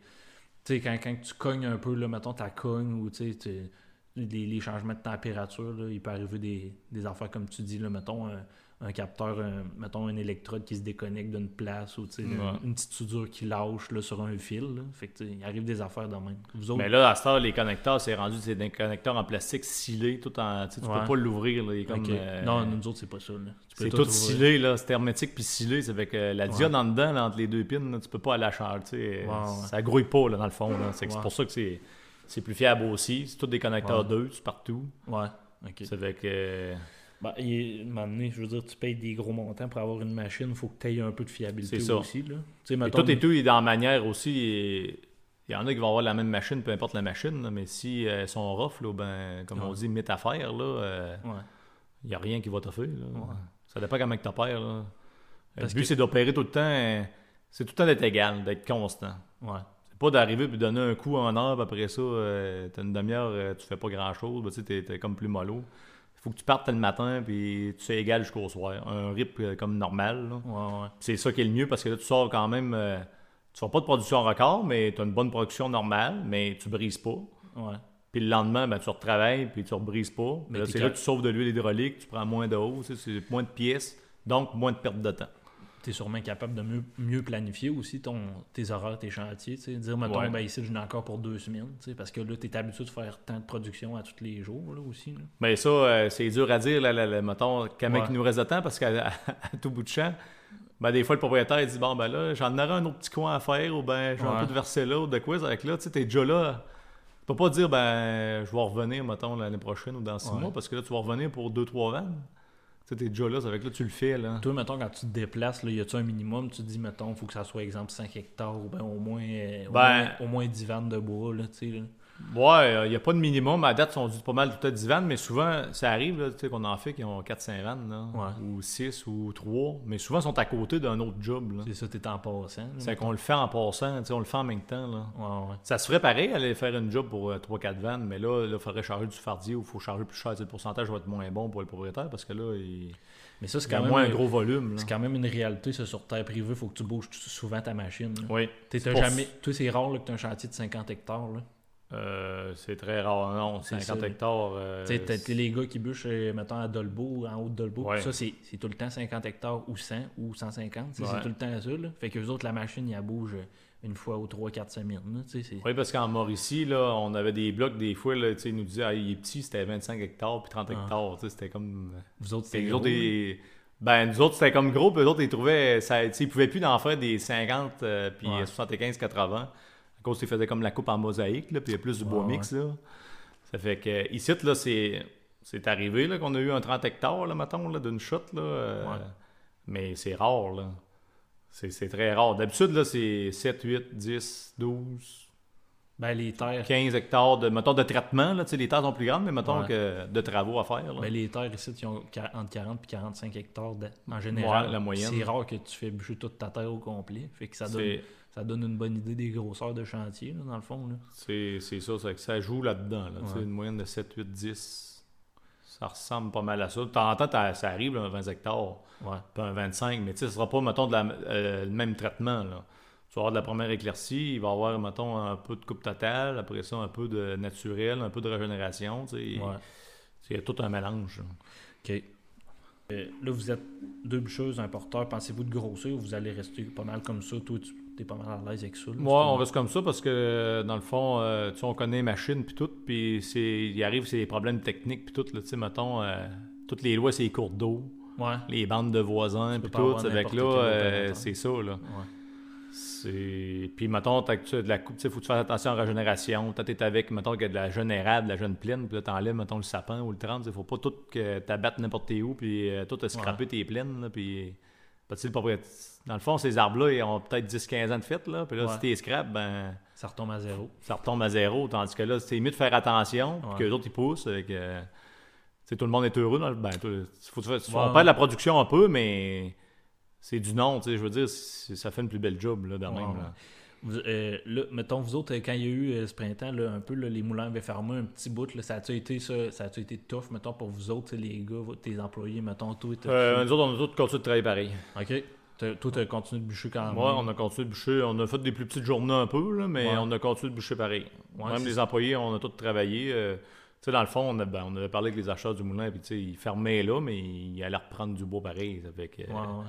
Speaker 1: tu sais, quand, quand tu cognes un peu, là, mettons, ta cogne ou, tu sais, tu- les, les changements de température, là, il peut arriver des, des affaires comme tu dis, là, mettons, un, un capteur, un- mettons, une électrode qui se déconnecte d'une place ou, tu sais,
Speaker 2: Ouais.
Speaker 1: une petite soudure qui lâche là, sur un fil. là. Fait que, tu sais, il arrive des affaires de même. Vous autres,
Speaker 2: Mais là, à cette heure, les connecteurs, c'est rendu c'est des connecteurs en plastique scellés, tout en. Tu sais, tu
Speaker 1: Ouais.
Speaker 2: peux pas l'ouvrir. là, il est comme,
Speaker 1: ok.
Speaker 2: euh,
Speaker 1: non, nous autres, c'est pas ça. là. Tu peux
Speaker 2: C'est
Speaker 1: tout
Speaker 2: tout
Speaker 1: ouvrir.
Speaker 2: scellé, là. C'est hermétique puis scellé. C'est avec euh, la diode en dedans, là, entre les deux pins, là, tu peux pas la charger. tu sais. euh,
Speaker 1: Ouais, ouais.
Speaker 2: Ça grouille pas, là, dans le fond. là. C'est que
Speaker 1: Ouais.
Speaker 2: c'est pour ça que c'est c'est plus fiable aussi. C'est tous des connecteurs
Speaker 1: Ouais.
Speaker 2: deux, c'est partout.
Speaker 1: Ouais, ok.
Speaker 2: C'est avec. euh,
Speaker 1: Bah, il, à un moment donné, je veux dire, tu payes des gros montants pour avoir une machine, il faut que tu aies un peu de fiabilité
Speaker 2: C'est ça.
Speaker 1: aussi. Là. Tu sais,
Speaker 2: et
Speaker 1: mettons,
Speaker 2: tout et tout est dans la manière aussi. et- Il y en a qui vont avoir la même machine, peu importe la machine, là, mais si euh, elles sont rough, là, ben, comme on
Speaker 1: Ouais.
Speaker 2: dit, mets à faire, là, euh,
Speaker 1: Ouais.
Speaker 2: il n'y a rien qui va te faire. là.
Speaker 1: Ouais.
Speaker 2: Ça dépend comment tu opères. Là. Le
Speaker 1: Parce
Speaker 2: but,
Speaker 1: que-
Speaker 2: c'est d'opérer tout le temps. euh, C'est tout le temps d'être égal, d'être constant.
Speaker 1: Ouais.
Speaker 2: C'est pas d'arriver puis donner un coup en heure, puis après ça, euh, t'as une demi-heure, euh, tu fais pas grand-chose, ben, tu sais, t'es, t'es comme plus mollo. Faut que tu partes le matin, puis tu sois égal jusqu'au soir. Un rythme euh, comme normal. là.
Speaker 1: Ouais, ouais.
Speaker 2: C'est ça qui est le mieux, parce que là, tu sors quand même... euh, tu fais pas de production record, mais t'as une bonne production normale, mais tu brises pas.
Speaker 1: Ouais.
Speaker 2: Puis le lendemain, ben, tu retravailles, puis tu rebrises pas.
Speaker 1: Mais
Speaker 2: Là,
Speaker 1: t'es
Speaker 2: c'est là
Speaker 1: cap-
Speaker 2: que tu sauves de l'huile hydraulique, tu prends moins d'eau, tu sais, c'est moins de pièces. Donc, moins de perte de temps.
Speaker 1: tu es sûrement capable de mieux, mieux planifier aussi ton, tes horaires, tes chantiers. tu sais. Dire, mettons,
Speaker 2: Ouais.
Speaker 1: ben, ici, j'en ai encore pour deux semaines. tu sais, Parce que là, tu es habitué de faire tant de production à tous les jours là, aussi. là.
Speaker 2: Mais ça, euh, c'est dur à dire, là, là, là, mettons, quand
Speaker 1: Ouais.
Speaker 2: il nous reste de temps, parce qu'à à- à tout bout de champ, ben, des fois, le propriétaire, il dit, bon, ben là, j'en aurai un autre petit coin à faire, ou ben, j'ai
Speaker 1: Ouais.
Speaker 2: un peu de verser là, ou de quoi, avec là, tu sais, t'es déjà là. Tu peux pas dire, ben, je vais revenir, mettons, l'année prochaine ou dans six
Speaker 1: Ouais.
Speaker 2: mois, parce que là, tu vas revenir pour deux, trois vannes. Tu sais, t'es déjà là, ça fait que là, tu le fais, là.
Speaker 1: Toi, mettons, quand tu te déplaces, là, y a-tu un minimum Tu te dis, mettons, faut que ça soit, exemple, 5 hectares ou ben, au moins, euh, au
Speaker 2: Ben-
Speaker 1: moins, au moins 10 vannes de bois. Là, tu sais, là.
Speaker 2: Ouais, il n'y a pas de minimum. À date, ils sont dû pas mal tout à 10 vannes, mais souvent, ça arrive là, tu sais, qu'on en fait qui ont 4-5 vannes, là,
Speaker 1: Ouais.
Speaker 2: ou 6 ou 3, mais souvent, ils sont à côté d'un autre job. là.
Speaker 1: C'est ça, t'es en passant. là.
Speaker 2: C'est qu'on le fait en passant, tu sais, on le fait en même temps. Là.
Speaker 1: Ouais, ouais.
Speaker 2: Ça se ferait pareil, aller faire une job pour 3-4 vannes, mais là, il faudrait charger du fardier ou il faut charger plus cher. tu sais, Le pourcentage va être moins bon pour le propriétaire parce que là, il,
Speaker 1: Mais ça, c'est
Speaker 2: il y a
Speaker 1: quand, même,
Speaker 2: moins un gros volume. là.
Speaker 1: c'est quand même une réalité, ça, sur terre privée. Faut que tu bouges t- souvent ta machine. là.
Speaker 2: Oui.
Speaker 1: T'es- t'as
Speaker 2: pour-
Speaker 1: jamais... Toi, c'est rare là, que tu un chantier de 50 hectares. Là.
Speaker 2: Euh, c'est très rare, non.
Speaker 1: C'est
Speaker 2: 50
Speaker 1: ça.
Speaker 2: hectares. euh,
Speaker 1: Tu sais, t'as- t'as les gars qui bûchent, euh, mettons, à Dolbeau, en haut de Dolbeau,
Speaker 2: Ouais.
Speaker 1: pis ça, c'est c'est tout le temps 50 hectares ou 100 ou 150. tu sais, C'est
Speaker 2: Ouais.
Speaker 1: tout le temps ça. Là. Fait qu'eux autres, la machine, elle bouge euh, une fois ou trois, quatre semaines. là, tu sais, c'est-
Speaker 2: Oui, parce qu'en Mauricie, là, on avait des blocs, des fois, là, tu sais, ils nous disaient, ah, il est petit, c'était 25 hectares, puis 30
Speaker 1: Ah.
Speaker 2: hectares. tu sais, C'était comme. euh,
Speaker 1: Vous autres,
Speaker 2: C'était
Speaker 1: c'est
Speaker 2: les
Speaker 1: gros,
Speaker 2: autres, des- Ben, nous autres, c'était comme gros, puis eux autres, ils trouvaient. Ça, tu sais, ils pouvaient plus en faire des 50, euh, puis
Speaker 1: Ouais.
Speaker 2: 75, 80. À cause, ils faisaient comme la coupe en mosaïque, là, puis il y a plus du bois
Speaker 1: Ouais,
Speaker 2: mix, là. Ça fait que. Ici, là, c'est. C'est arrivé là, qu'on a eu un 30 hectares, là, mettons, là, d'une shot. Là, euh,
Speaker 1: Ouais.
Speaker 2: Mais c'est rare. Là. C'est, c'est très rare. D'habitude, là, c'est 7, 8, 10, 12.
Speaker 1: Ben, les terres,
Speaker 2: 15 hectares de, mettons, de traitement. Là, tu sais, les terres sont plus grandes, mais mettons
Speaker 1: Ouais.
Speaker 2: que de travaux à faire. là.
Speaker 1: ben, les terres ici, ils ont quar- entre 40 et 45 hectares de- en général.
Speaker 2: Ouais, la moyenne.
Speaker 1: C'est rare que tu fais bûcher toute ta terre au complet. Fait que ça donne,
Speaker 2: c'est,
Speaker 1: ça donne une bonne idée des grosseurs de chantier, là, dans le fond. là.
Speaker 2: c'est, c'est ça, c'est que ça joue là-dedans. là, tu sais,
Speaker 1: Ouais.
Speaker 2: Une moyenne de 7, 8, 10. Ça ressemble pas mal à ça. De temps en temps, t'as- ça arrive, là, un 20 hectares,
Speaker 1: Ouais.
Speaker 2: pas un 25, mais tu sais, ce sera pas, mettons, de la- euh, le même traitement. Là. Tu vas avoir de la première éclaircie, il va y avoir, mettons, un peu de coupe totale, après ça, un peu de naturel, un peu de régénération. tu sais.
Speaker 1: ouais.
Speaker 2: Il y a tout un mélange. là.
Speaker 1: OK. Euh, là, vous êtes deux bûcheuses, un porteur. Pensez-vous de grossir ou vous allez rester pas mal comme ça? Toi, tu es pas mal à l'aise avec ça. là,
Speaker 2: Moi, on
Speaker 1: c'est-
Speaker 2: reste comme ça parce que euh, dans le fond, euh, tu sais, on connaît les machines puis tout, puis c'est, il arrive c'est des problèmes techniques puis tout, là, tu sais, mettons, euh, toutes les lois c'est les cours d'eau,
Speaker 1: Ouais.
Speaker 2: les bandes de voisins
Speaker 1: Tu peux
Speaker 2: puis
Speaker 1: pas
Speaker 2: tout,
Speaker 1: avoir
Speaker 2: avec
Speaker 1: n'importe
Speaker 2: là,
Speaker 1: quel
Speaker 2: euh,
Speaker 1: opérateur.
Speaker 2: c'est ça là.
Speaker 1: ouais.
Speaker 2: C'est, puis mettons, t'as que tu as de la coupe, tu sais, faut que tu fasses attention à la régénération. T'as t'es avec, mettons, qu'il y a de la jeune érable, de la jeune plaine, puis là t'enlèves, mettons, le sapin ou le tram, tu sais, faut pas tout que t'abattes n'importe où, puis euh, tout a scrappé tes plaines là, puis parce que le propriétaire- dans le fond, ces arbres-là, ils ont peut-être 10-15 ans de fête, là. Puis là,
Speaker 1: Ouais.
Speaker 2: si t'es scrap, ben,
Speaker 1: Ça retombe à zéro.
Speaker 2: ça retombe à zéro. Tandis que là, c'est mieux de faire attention,
Speaker 1: Ouais.
Speaker 2: puis que les autres, ils poussent. fait que, euh, tu sais, tout le monde est heureux. Dans le, ben, tout- faut- faut- faut-
Speaker 1: Ouais,
Speaker 2: on
Speaker 1: ouais.
Speaker 2: perd la production un peu, mais c'est du non. tu sais, Je veux dire, c'est- ça fait une plus belle job, là, de
Speaker 1: Ouais,
Speaker 2: même.
Speaker 1: ouais.
Speaker 2: là.
Speaker 1: Vous- euh, là, mettons, vous autres, euh, quand il y a eu euh, ce printemps, là, un peu, là, les moulins avaient fermé un petit bout. Là, ça a-tu été, ça, ça a-tu été tough, mettons, pour vous autres, les gars, vos- tes employés, mettons, toi, t'as-
Speaker 2: Euh, nous autres, on a tous continué de travailler pareil.
Speaker 1: OK. T'as- Toi, t'as continué de bûcher quand même.
Speaker 2: Moi, on a continué de boucher. On a fait des plus petites journées un peu, là, mais
Speaker 1: Ouais.
Speaker 2: on a continué de boucher pareil.
Speaker 1: Ouais,
Speaker 2: même
Speaker 1: c'est-
Speaker 2: les employés, on a tous travaillé. euh, tu sais, dans le fond, on, a- ben, on avait parlé avec les acheteurs du moulin, puis tu sais, ils fermaient là, mais ils allaient reprendre du bois pareil. Ça fait que,
Speaker 1: Ouais, ouais.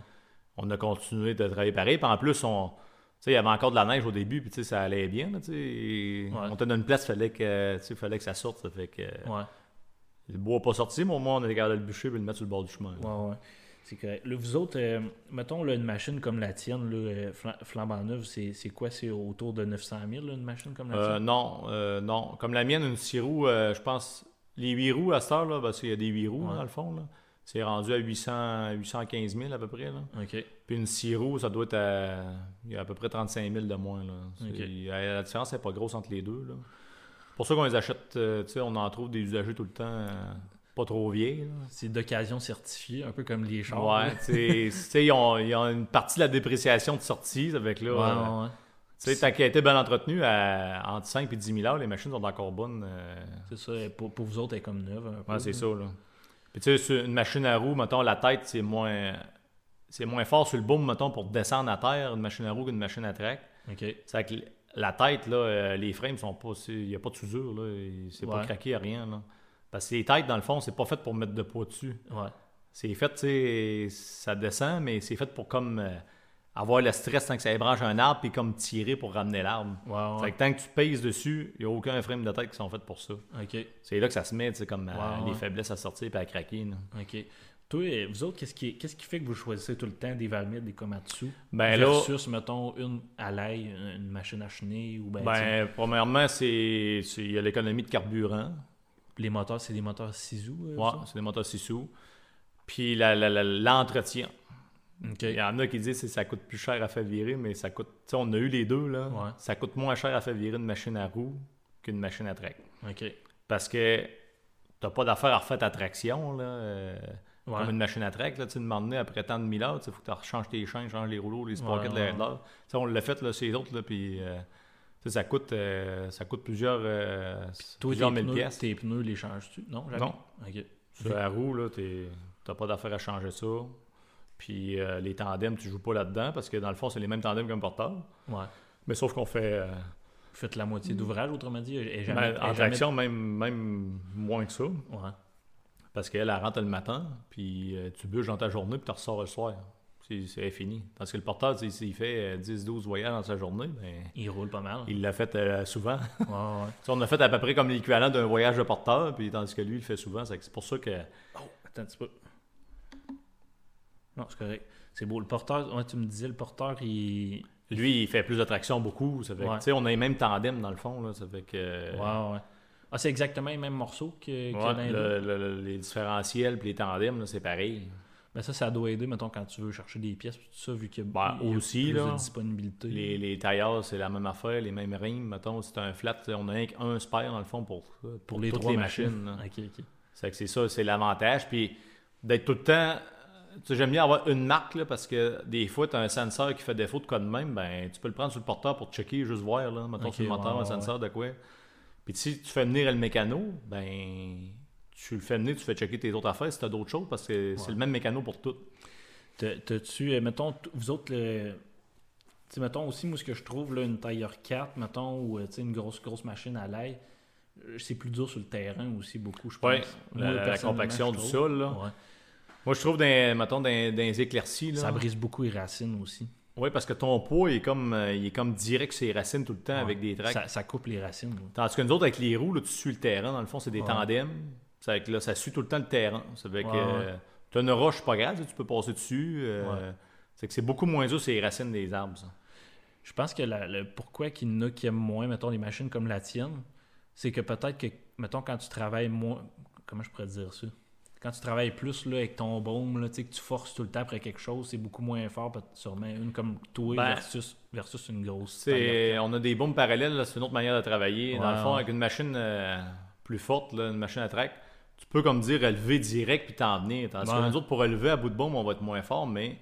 Speaker 2: on a continué de travailler pareil. Puis en plus, on, tu sais, il y avait encore de la neige au début, puis tu sais, ça allait bien. là, tu sais. On était dans une place, fallait que, tu sais, fallait que ça sorte. Ça fait que
Speaker 1: Ouais.
Speaker 2: le bois n'a pas sorti, mais au moins, on a gardé le bûcher et le mettre sur le bord du chemin. là.
Speaker 1: Ouais, ouais. C'est correct. Là, vous autres, euh, mettons là, une machine comme la tienne, là, euh, fla- flambant neuve, c'est c'est quoi C'est autour de 900 000, là, une machine comme la
Speaker 2: Euh,
Speaker 1: tienne
Speaker 2: non, euh, non. Comme la mienne, une 6 roues, euh, je pense, les 8 roues à cette heure, là, parce qu'il y a des 8 roues
Speaker 1: Ouais.
Speaker 2: dans le fond, là. c'est rendu à 800, 815 000 à peu près. Là.
Speaker 1: Ok.
Speaker 2: Puis une 6 roues, ça doit être à, il y a à peu près 35 000 de moins. Là. C'est-
Speaker 1: Ok.
Speaker 2: il y a- La différence n'est pas grosse entre les deux. là. C'est pour ça qu'on les achète, euh, tu sais, on en trouve des usagers tout le temps, euh, pas trop vieilles. là.
Speaker 1: C'est d'occasion certifiée, un peu comme les chars.
Speaker 2: Ouais,
Speaker 1: là.
Speaker 2: tu sais, tu sais, ils ont, ils ont une partie de la dépréciation de sortie, avec là.
Speaker 1: Ouais,
Speaker 2: euh,
Speaker 1: ouais, ouais.
Speaker 2: tu sais, tant qu'elle a été bien entretenue, à, entre 5 et 10 000 heures, les machines sont encore bonnes. euh,
Speaker 1: C'est ça. et Pour, pour vous autres, elle est comme neuve. un peu,
Speaker 2: Ouais, c'est
Speaker 1: là.
Speaker 2: ça, là. Puis tu sais, sur une machine à roues, mettons, la tête, c'est moins... C'est moins fort sur le boom, mettons, pour descendre à terre une machine à roues qu'une machine à track.
Speaker 1: Ok.
Speaker 2: C'est que la tête, là, euh, les frames sont pas... Il n'y a pas de usure, là. et C'est
Speaker 1: Ouais.
Speaker 2: pas craqué à rien, là. Parce que les têtes, dans le fond, c'est pas fait pour mettre de poids dessus.
Speaker 1: Ouais.
Speaker 2: C'est fait, tu sais, ça descend, mais c'est fait pour comme euh, avoir le stress tant que ça ébranche un arbre, puis comme tirer pour ramener l'arbre.
Speaker 1: Wow,
Speaker 2: Fait que tant que tu pèses dessus, il n'y a aucun frame de tête qui sont faits pour ça.
Speaker 1: OK,
Speaker 2: C'est là que ça se met, tu sais, comme à-
Speaker 1: Ouais, ouais.
Speaker 2: les faiblesses à sortir puis à craquer. là.
Speaker 1: OK. Toi, euh, vous autres, qu'est-ce qui, qu'est-ce qui fait que vous choisissez tout le temps des Valmid, des Komatsu
Speaker 2: Ben là-
Speaker 1: versus, mettons, une à l'ail, une une machine à chenilles ou ben, tu sais,
Speaker 2: Ben, premièrement, c'est c'est- il y a l'économie de carburant.
Speaker 1: les moteurs, c'est des moteurs Sisu? euh,
Speaker 2: Ouais,
Speaker 1: vous
Speaker 2: c'est des moteurs 6 sous. Puis la- la- la- l'entretien.
Speaker 1: autres?
Speaker 2: Il y
Speaker 1: OK.
Speaker 2: en a qui disent que ça coûte plus cher à faire virer, mais ça coûte. tu sais, on a eu les deux, là.
Speaker 1: Ouais.
Speaker 2: Ça coûte moins cher à faire virer une machine à roue qu'une machine à track.
Speaker 1: OK.
Speaker 2: Parce que t'as pas d'affaire à refaire ta traction, là. euh,
Speaker 1: Ouais.
Speaker 2: Comme une machine à track, là, tu sais, de m'emmener après tant de mille heures, il faut que tu rechanges tes chaînes, changes les rouleaux, les sprockets,
Speaker 1: Ouais, ouais.
Speaker 2: les handlers. Tu sais, on l'a fait, là, c'est les autres, là, puis euh, tu sais, ça coûte, euh, ça coûte plusieurs, euh,
Speaker 1: Toi,
Speaker 2: plusieurs
Speaker 1: tes
Speaker 2: mille
Speaker 1: pneus,
Speaker 2: pièces.
Speaker 1: tes pneus, les changes-tu? Non, jamais?
Speaker 2: Non.
Speaker 1: OK.
Speaker 2: Sur la roue, là, t'es- t'as pas d'affaire à changer ça. Puis euh, les tandems, tu joues pas là-dedans parce que dans le fond, c'est les mêmes tandems comme portable.
Speaker 1: Ouais.
Speaker 2: Mais sauf qu'on fait euh,
Speaker 1: Faites la moitié d'ouvrage, autrement dit, et jamais...
Speaker 2: Hmm. ben,
Speaker 1: et
Speaker 2: en
Speaker 1: jamais-
Speaker 2: traction, même, même moins que ça.
Speaker 1: Ouais.
Speaker 2: Parce qu'elle elle rentre le matin, puis euh, tu bûches dans ta journée, puis tu ressors le soir. C'est c'est infini. Parce que le portable, s'il s'il fait euh, 10-12 voyages dans sa journée, ben,
Speaker 1: Il roule pas mal.
Speaker 2: il l'a fait euh, souvent.
Speaker 1: Ouais, ouais.
Speaker 2: Tu sais, on a fait à peu près comme l'équivalent d'un voyage de porteur, puis tandis que lui, il le fait souvent. C'est que c'est pour ça que.
Speaker 1: Oh, Attends un petit peu. Non, c'est correct. C'est beau. Le porteur, ouais, tu me disais, le porteur, il.
Speaker 2: Lui, il fait plus de traction beaucoup. Ça fait que,
Speaker 1: Ouais.
Speaker 2: tu sais, on a les mêmes tandems dans le fond. Là, ça fait que, euh,
Speaker 1: Ouais, ouais. Ah, c'est exactement les mêmes morceaux que, que
Speaker 2: ouais,
Speaker 1: dans les deux?
Speaker 2: le- le- le- les différentiels puis les tandems, là, c'est pareil.
Speaker 1: Ben ça, ça doit aider, mettons, quand tu veux chercher des pièces, tout ça, vu qu'il y a,
Speaker 2: Ben,
Speaker 1: il y a
Speaker 2: aussi,
Speaker 1: plus
Speaker 2: là,
Speaker 1: de disponibilité.
Speaker 2: Les, les tailleurs, c'est la même affaire, les mêmes rimes. Mettons, c'est un flat, on a un, un spare dans le fond pour, pour,
Speaker 1: Pour les
Speaker 2: toutes
Speaker 1: trois
Speaker 2: les
Speaker 1: machines.
Speaker 2: machines. là.
Speaker 1: Ok, ok.
Speaker 2: C'est que c'est ça, c'est l'avantage. Puis d'être tout le temps. Tu sais, j'aime bien avoir une marque là, parce que des fois, tu as un sensor qui fait défaut de quoi de même, ben tu peux le prendre sur le porteur pour checker, juste voir, là, mettons
Speaker 1: Ok,
Speaker 2: sur le moteur,
Speaker 1: ouais,
Speaker 2: un
Speaker 1: ouais,
Speaker 2: sensor de quoi. Puis si tu fais venir le mécano, ben tu le fais venir, tu fais checker tes autres affaires si tu as d'autres choses parce que c'est
Speaker 1: Ouais.
Speaker 2: le même mécano pour tout.
Speaker 1: T'as- T'as-tu, euh, mettons, t- vous autres, le... tu sais, mettons aussi, moi, ce que je trouve, là, une tailleur 4, mettons, ou euh, tu sais, une grosse, grosse machine à l'ail, euh, c'est plus dur sur le terrain aussi, beaucoup, je pense.
Speaker 2: Ouais, la- la
Speaker 1: personnellement,
Speaker 2: compaction
Speaker 1: je
Speaker 2: du
Speaker 1: trouve.
Speaker 2: sol, là.
Speaker 1: Ouais.
Speaker 2: Moi, je trouve, dans, mettons, dans, dans les éclaircies, là,
Speaker 1: Ça brise beaucoup les racines aussi.
Speaker 2: Oui, parce que ton poids est comme, euh, il est comme direct sur les racines tout le temps avec des tracts.
Speaker 1: Ça, ça coupe les racines. ouais.
Speaker 2: Tandis que nous autres, avec les roues, là, tu suis le terrain. Dans le fond, c'est des
Speaker 1: Ouais.
Speaker 2: tandems. Ça, fait que là, ça suit tout le temps le terrain. Ça fait que
Speaker 1: Ouais,
Speaker 2: euh, t'as une roche, c'est pas grave, tu peux passer dessus. euh, C'est que c'est beaucoup moins dur sur les racines des arbres. ça.
Speaker 1: Je pense que la- le pourquoi qu'il y en a qui aiment moins, mettons, les machines comme la tienne, c'est que peut-être que, mettons, quand tu travailles moins. Comment je pourrais dire ça? Quand tu travailles plus là, avec ton baume, là, tu sais, que tu forces tout le temps après quelque chose, c'est beaucoup moins fort, peut- sûrement une comme toi
Speaker 2: Ben,
Speaker 1: versus, versus une grosse. taille.
Speaker 2: C'est- on a des booms parallèles, là, c'est une autre manière de travailler. Dans
Speaker 1: Ouais,
Speaker 2: le fond,
Speaker 1: ouais.
Speaker 2: avec une machine euh, plus forte, là, une machine à track, tu peux comme dire relever direct puis t'en venir. Tandis
Speaker 1: Ouais.
Speaker 2: que nous autres, pour relever à bout de bombe, on va être moins fort, mais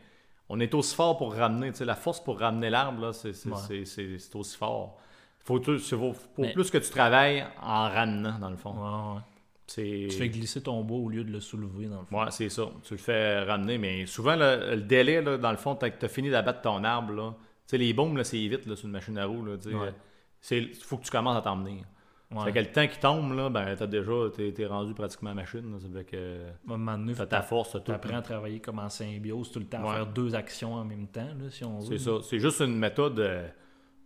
Speaker 2: on est aussi fort pour ramener. Tu sais, la force pour ramener l'arbre, là, c'est c'est-
Speaker 1: Ouais.
Speaker 2: c'est- c'est- c'est aussi fort. Faut tu- c'est- faut- faut
Speaker 1: Mais-
Speaker 2: plus que tu travailles en ramenant, dans le fond.
Speaker 1: Ouais, ouais.
Speaker 2: C'est
Speaker 1: Tu fais glisser ton bois au lieu de le soulever, dans le fond.
Speaker 2: Ouais, c'est ça. Tu le fais ramener, mais souvent, le, le délai, là, dans le fond, tant que tu as fini d'abattre ton arbre, là, tu sais, les baumes, là, c'est vite là, sur une machine à roue. Là, tu sais.
Speaker 1: Ouais.
Speaker 2: C'est- faut que tu commences à t'emmener.
Speaker 1: Ouais.
Speaker 2: Fait que le temps qui tombe, là, ben, t'as déjà, t'es, t'es rendu pratiquement machine. Là, ça fait que
Speaker 1: À un moment donné,
Speaker 2: t'as ta force, t'as
Speaker 1: tu
Speaker 2: tout.
Speaker 1: apprends à travailler comme en symbiose tout le temps, à
Speaker 2: Ouais.
Speaker 1: faire deux actions en même temps, là, si on veut.
Speaker 2: C'est ça. C'est juste une méthode. euh,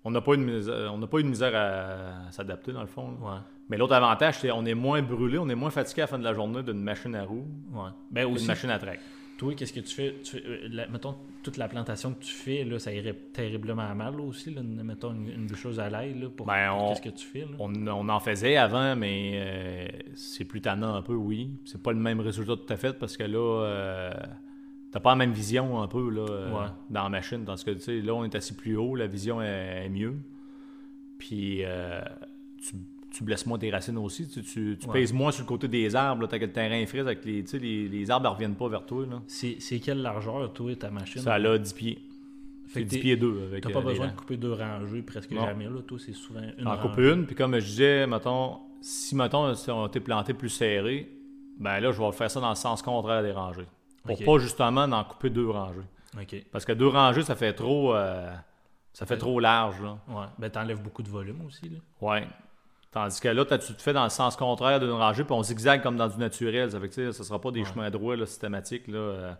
Speaker 2: on n'a pas, eu de misère- on n'a pas eu de misère à, s'adapter, dans le fond. là.
Speaker 1: Ouais.
Speaker 2: Mais l'autre avantage, c'est qu'on est moins brûlé, on est moins fatigué à la fin de la journée d'une machine à roue
Speaker 1: Ouais. Ben
Speaker 2: ou d'une
Speaker 1: aussi,
Speaker 2: machine à track.
Speaker 1: Toi, qu'est-ce que tu fais? Tu fais, euh, la- mettons, toute la plantation que tu fais, là, ça irait terriblement mal là, aussi. Là, une- mettons une, une bûcheuse à l'ail. là, Pour,
Speaker 2: Ben, on-
Speaker 1: Qu'est-ce que tu fais? Là?
Speaker 2: On, on en faisait avant, mais euh, c'est plus tannant un peu, oui. C'est pas le même résultat tout à fait parce que là, euh, t'as pas la même vision un peu là, euh,
Speaker 1: Ouais.
Speaker 2: dans la machine. Dans ce que tu sais, là, on est assis plus haut, la vision est, est mieux. Puis euh, tu, tu blesses moins tes racines aussi. Tu, tu, tu
Speaker 1: Ouais.
Speaker 2: pèses moins sur le côté des arbres. là, T'as que le terrain est frais, avec les, tu sais, les, les arbres ne reviennent pas vers toi. Là.
Speaker 1: C'est, c'est quelle largeur, toi, ta machine?
Speaker 2: Ça a 10 pieds.
Speaker 1: fait
Speaker 2: C'est
Speaker 1: que
Speaker 2: 10
Speaker 1: t'es-
Speaker 2: pieds 2 avec
Speaker 1: T'as
Speaker 2: euh,
Speaker 1: pas
Speaker 2: les
Speaker 1: besoin
Speaker 2: dents.
Speaker 1: de couper deux rangées presque
Speaker 2: Non.
Speaker 1: jamais. Là, toi, c'est souvent une
Speaker 2: en
Speaker 1: rangée.
Speaker 2: coupe une. Puis comme je disais, mettons, si mettons, si on était planté plus serré, ben là, je vais faire ça dans le sens contraire à des rangées. Pour
Speaker 1: Ok.
Speaker 2: pas justement en couper deux rangées.
Speaker 1: OK.
Speaker 2: Parce que deux rangées, ça fait trop. euh, ça fait trop large, là.
Speaker 1: Ouais. Ben, t'enlèves beaucoup de volume aussi. Là.
Speaker 2: Ouais. Tandis que là, t'as- tu te fais dans le sens contraire d'une rangée, puis on zigzague comme dans du naturel. Ça fait que, tu sais, ce ne sera pas des chemins droits là, systématiques. Là. Euh,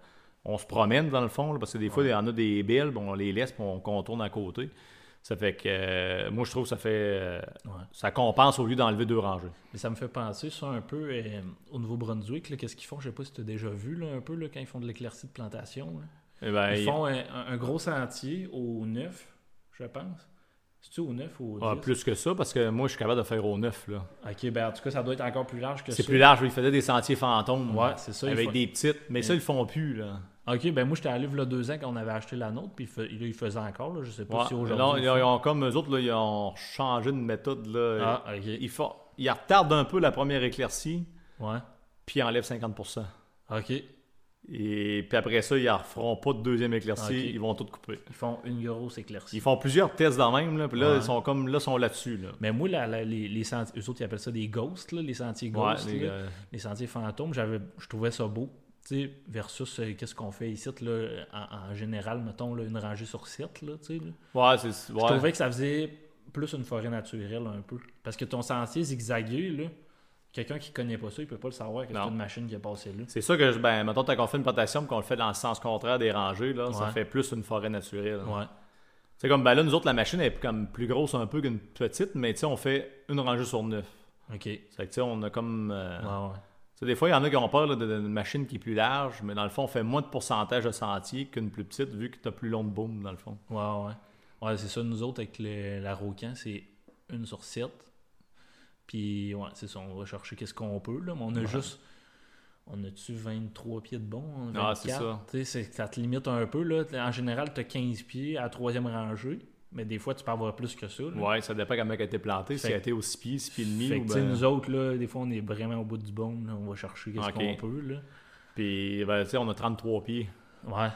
Speaker 2: on se promène dans le fond, là, parce que des fois, il y en a des belles, puis on les laisse, puis on contourne à côté. Ça fait que, euh, moi, je trouve que ça fait. euh, Ça compense au lieu d'enlever deux rangées.
Speaker 1: Mais ça me fait penser, ça, un peu euh, au Nouveau-Brunswick, là, qu'est-ce qu'ils font Je sais pas si tu as déjà vu, là, un peu, là, quand ils font de l'éclaircie de plantation. là.
Speaker 2: Eh ben,
Speaker 1: Ils
Speaker 2: il-
Speaker 1: font un, un- un gros sentier au 9, je pense. C'est-tu au 9 ou au 10
Speaker 2: ah, plus que ça, parce que moi, je suis capable de faire au neuf. là.
Speaker 1: Ok, ben en tout cas, ça doit être encore plus large que ça.
Speaker 2: C'est plus large, ils faisaient des sentiers fantômes.
Speaker 1: Ouais, c'est ça, ils
Speaker 2: Avec
Speaker 1: font-
Speaker 2: des petites. Mais ça, ils le font plus, là.
Speaker 1: Ok, ben moi, j'étais allé là deux ans quand on avait acheté la nôtre, puis il fa- là, ils faisaient encore, là, je sais pas
Speaker 2: Ouais.
Speaker 1: si
Speaker 2: Non,
Speaker 1: aujourd'hui.
Speaker 2: ils, ont- ils ont comme eux autres, là, ils ont changé de méthode. Là.
Speaker 1: Ah, ok.
Speaker 2: Ils, font- ils retardent un peu la première éclaircie,
Speaker 1: Ouais.
Speaker 2: puis ils enlèvent 50
Speaker 1: Ok. Ils
Speaker 2: Et puis après ça, ils en referont pas de deuxième éclaircie,
Speaker 1: Ok.
Speaker 2: ils vont tout couper.
Speaker 1: font une grosse éclaircie.
Speaker 2: Ils font plusieurs tests dans le même, là, puis là,
Speaker 1: Ouais.
Speaker 2: ils sont comme là, ils sont là-dessus. Là.
Speaker 1: Mais moi, la- la- les, les sentiers, eux autres, ils appellent ça des ghosts, là, les sentiers
Speaker 2: Ouais,
Speaker 1: ghosts,
Speaker 2: les,
Speaker 1: là,
Speaker 2: euh,
Speaker 1: les sentiers fantômes. J'avais, je trouvais ça beau, tu sais, versus euh, qu'est-ce qu'on fait ici, là, en, en général, mettons, là, une rangée sur sept, là, tu sais. là.
Speaker 2: ouais, c'est.
Speaker 1: Je
Speaker 2: ouais.
Speaker 1: trouvais que ça faisait plus une forêt naturelle, un peu. Parce que ton sentier zigzagué, là, quelqu'un qui connaît pas ça, il peut pas le savoir que c'est
Speaker 2: Non.
Speaker 1: une machine qui est passée là.
Speaker 2: C'est ça que je. Ben, mettons, t'as qu'on fait une plantation, puis qu'on le fait dans le sens contraire des rangées, là, ça
Speaker 1: Ouais.
Speaker 2: fait plus une forêt naturelle.
Speaker 1: Ouais.
Speaker 2: C'est comme, ben là, nous autres, la machine est comme plus grosse un peu qu'une petite, mais tu sais, on fait une rangée sur neuf.
Speaker 1: Ok. Ouais,
Speaker 2: C'est que tu sais, on a comme. euh,
Speaker 1: ouais.
Speaker 2: Tu sais, des fois, il y en a qui ont peur là, de- d'une machine qui est plus large, mais dans le fond, on fait moins de pourcentage de sentiers qu'une plus petite, vu que tu as plus long de boom, dans le fond.
Speaker 1: Ouais, ouais. Ouais, c'est ça, nous autres, avec le, la Rocan, c'est une sur sept. Puis, ouais, c'est ça, on va chercher qu'est-ce qu'on peut, là. Mais on a juste. On a-tu 23 pieds de bon?
Speaker 2: Ah, c'est ça.
Speaker 1: Tu sais, c'est- ça te limite un peu, là. En général, tu as 15 pieds à la troisième rangée. Mais des fois, tu peux avoir plus que ça. là.
Speaker 2: Ouais, ça dépend comment elle a été plantée, si
Speaker 1: Fait-
Speaker 2: elle a été au 6 pieds, 6 pieds et demi.
Speaker 1: Fait
Speaker 2: ou
Speaker 1: que, tu sais,
Speaker 2: ben-
Speaker 1: nous autres, là, des fois, on est vraiment au bout du bon. là. On va chercher qu'est-ce
Speaker 2: Ok.
Speaker 1: qu'on peut, là.
Speaker 2: Puis, ben, tu sais, on a 33 pieds.
Speaker 1: Ouais.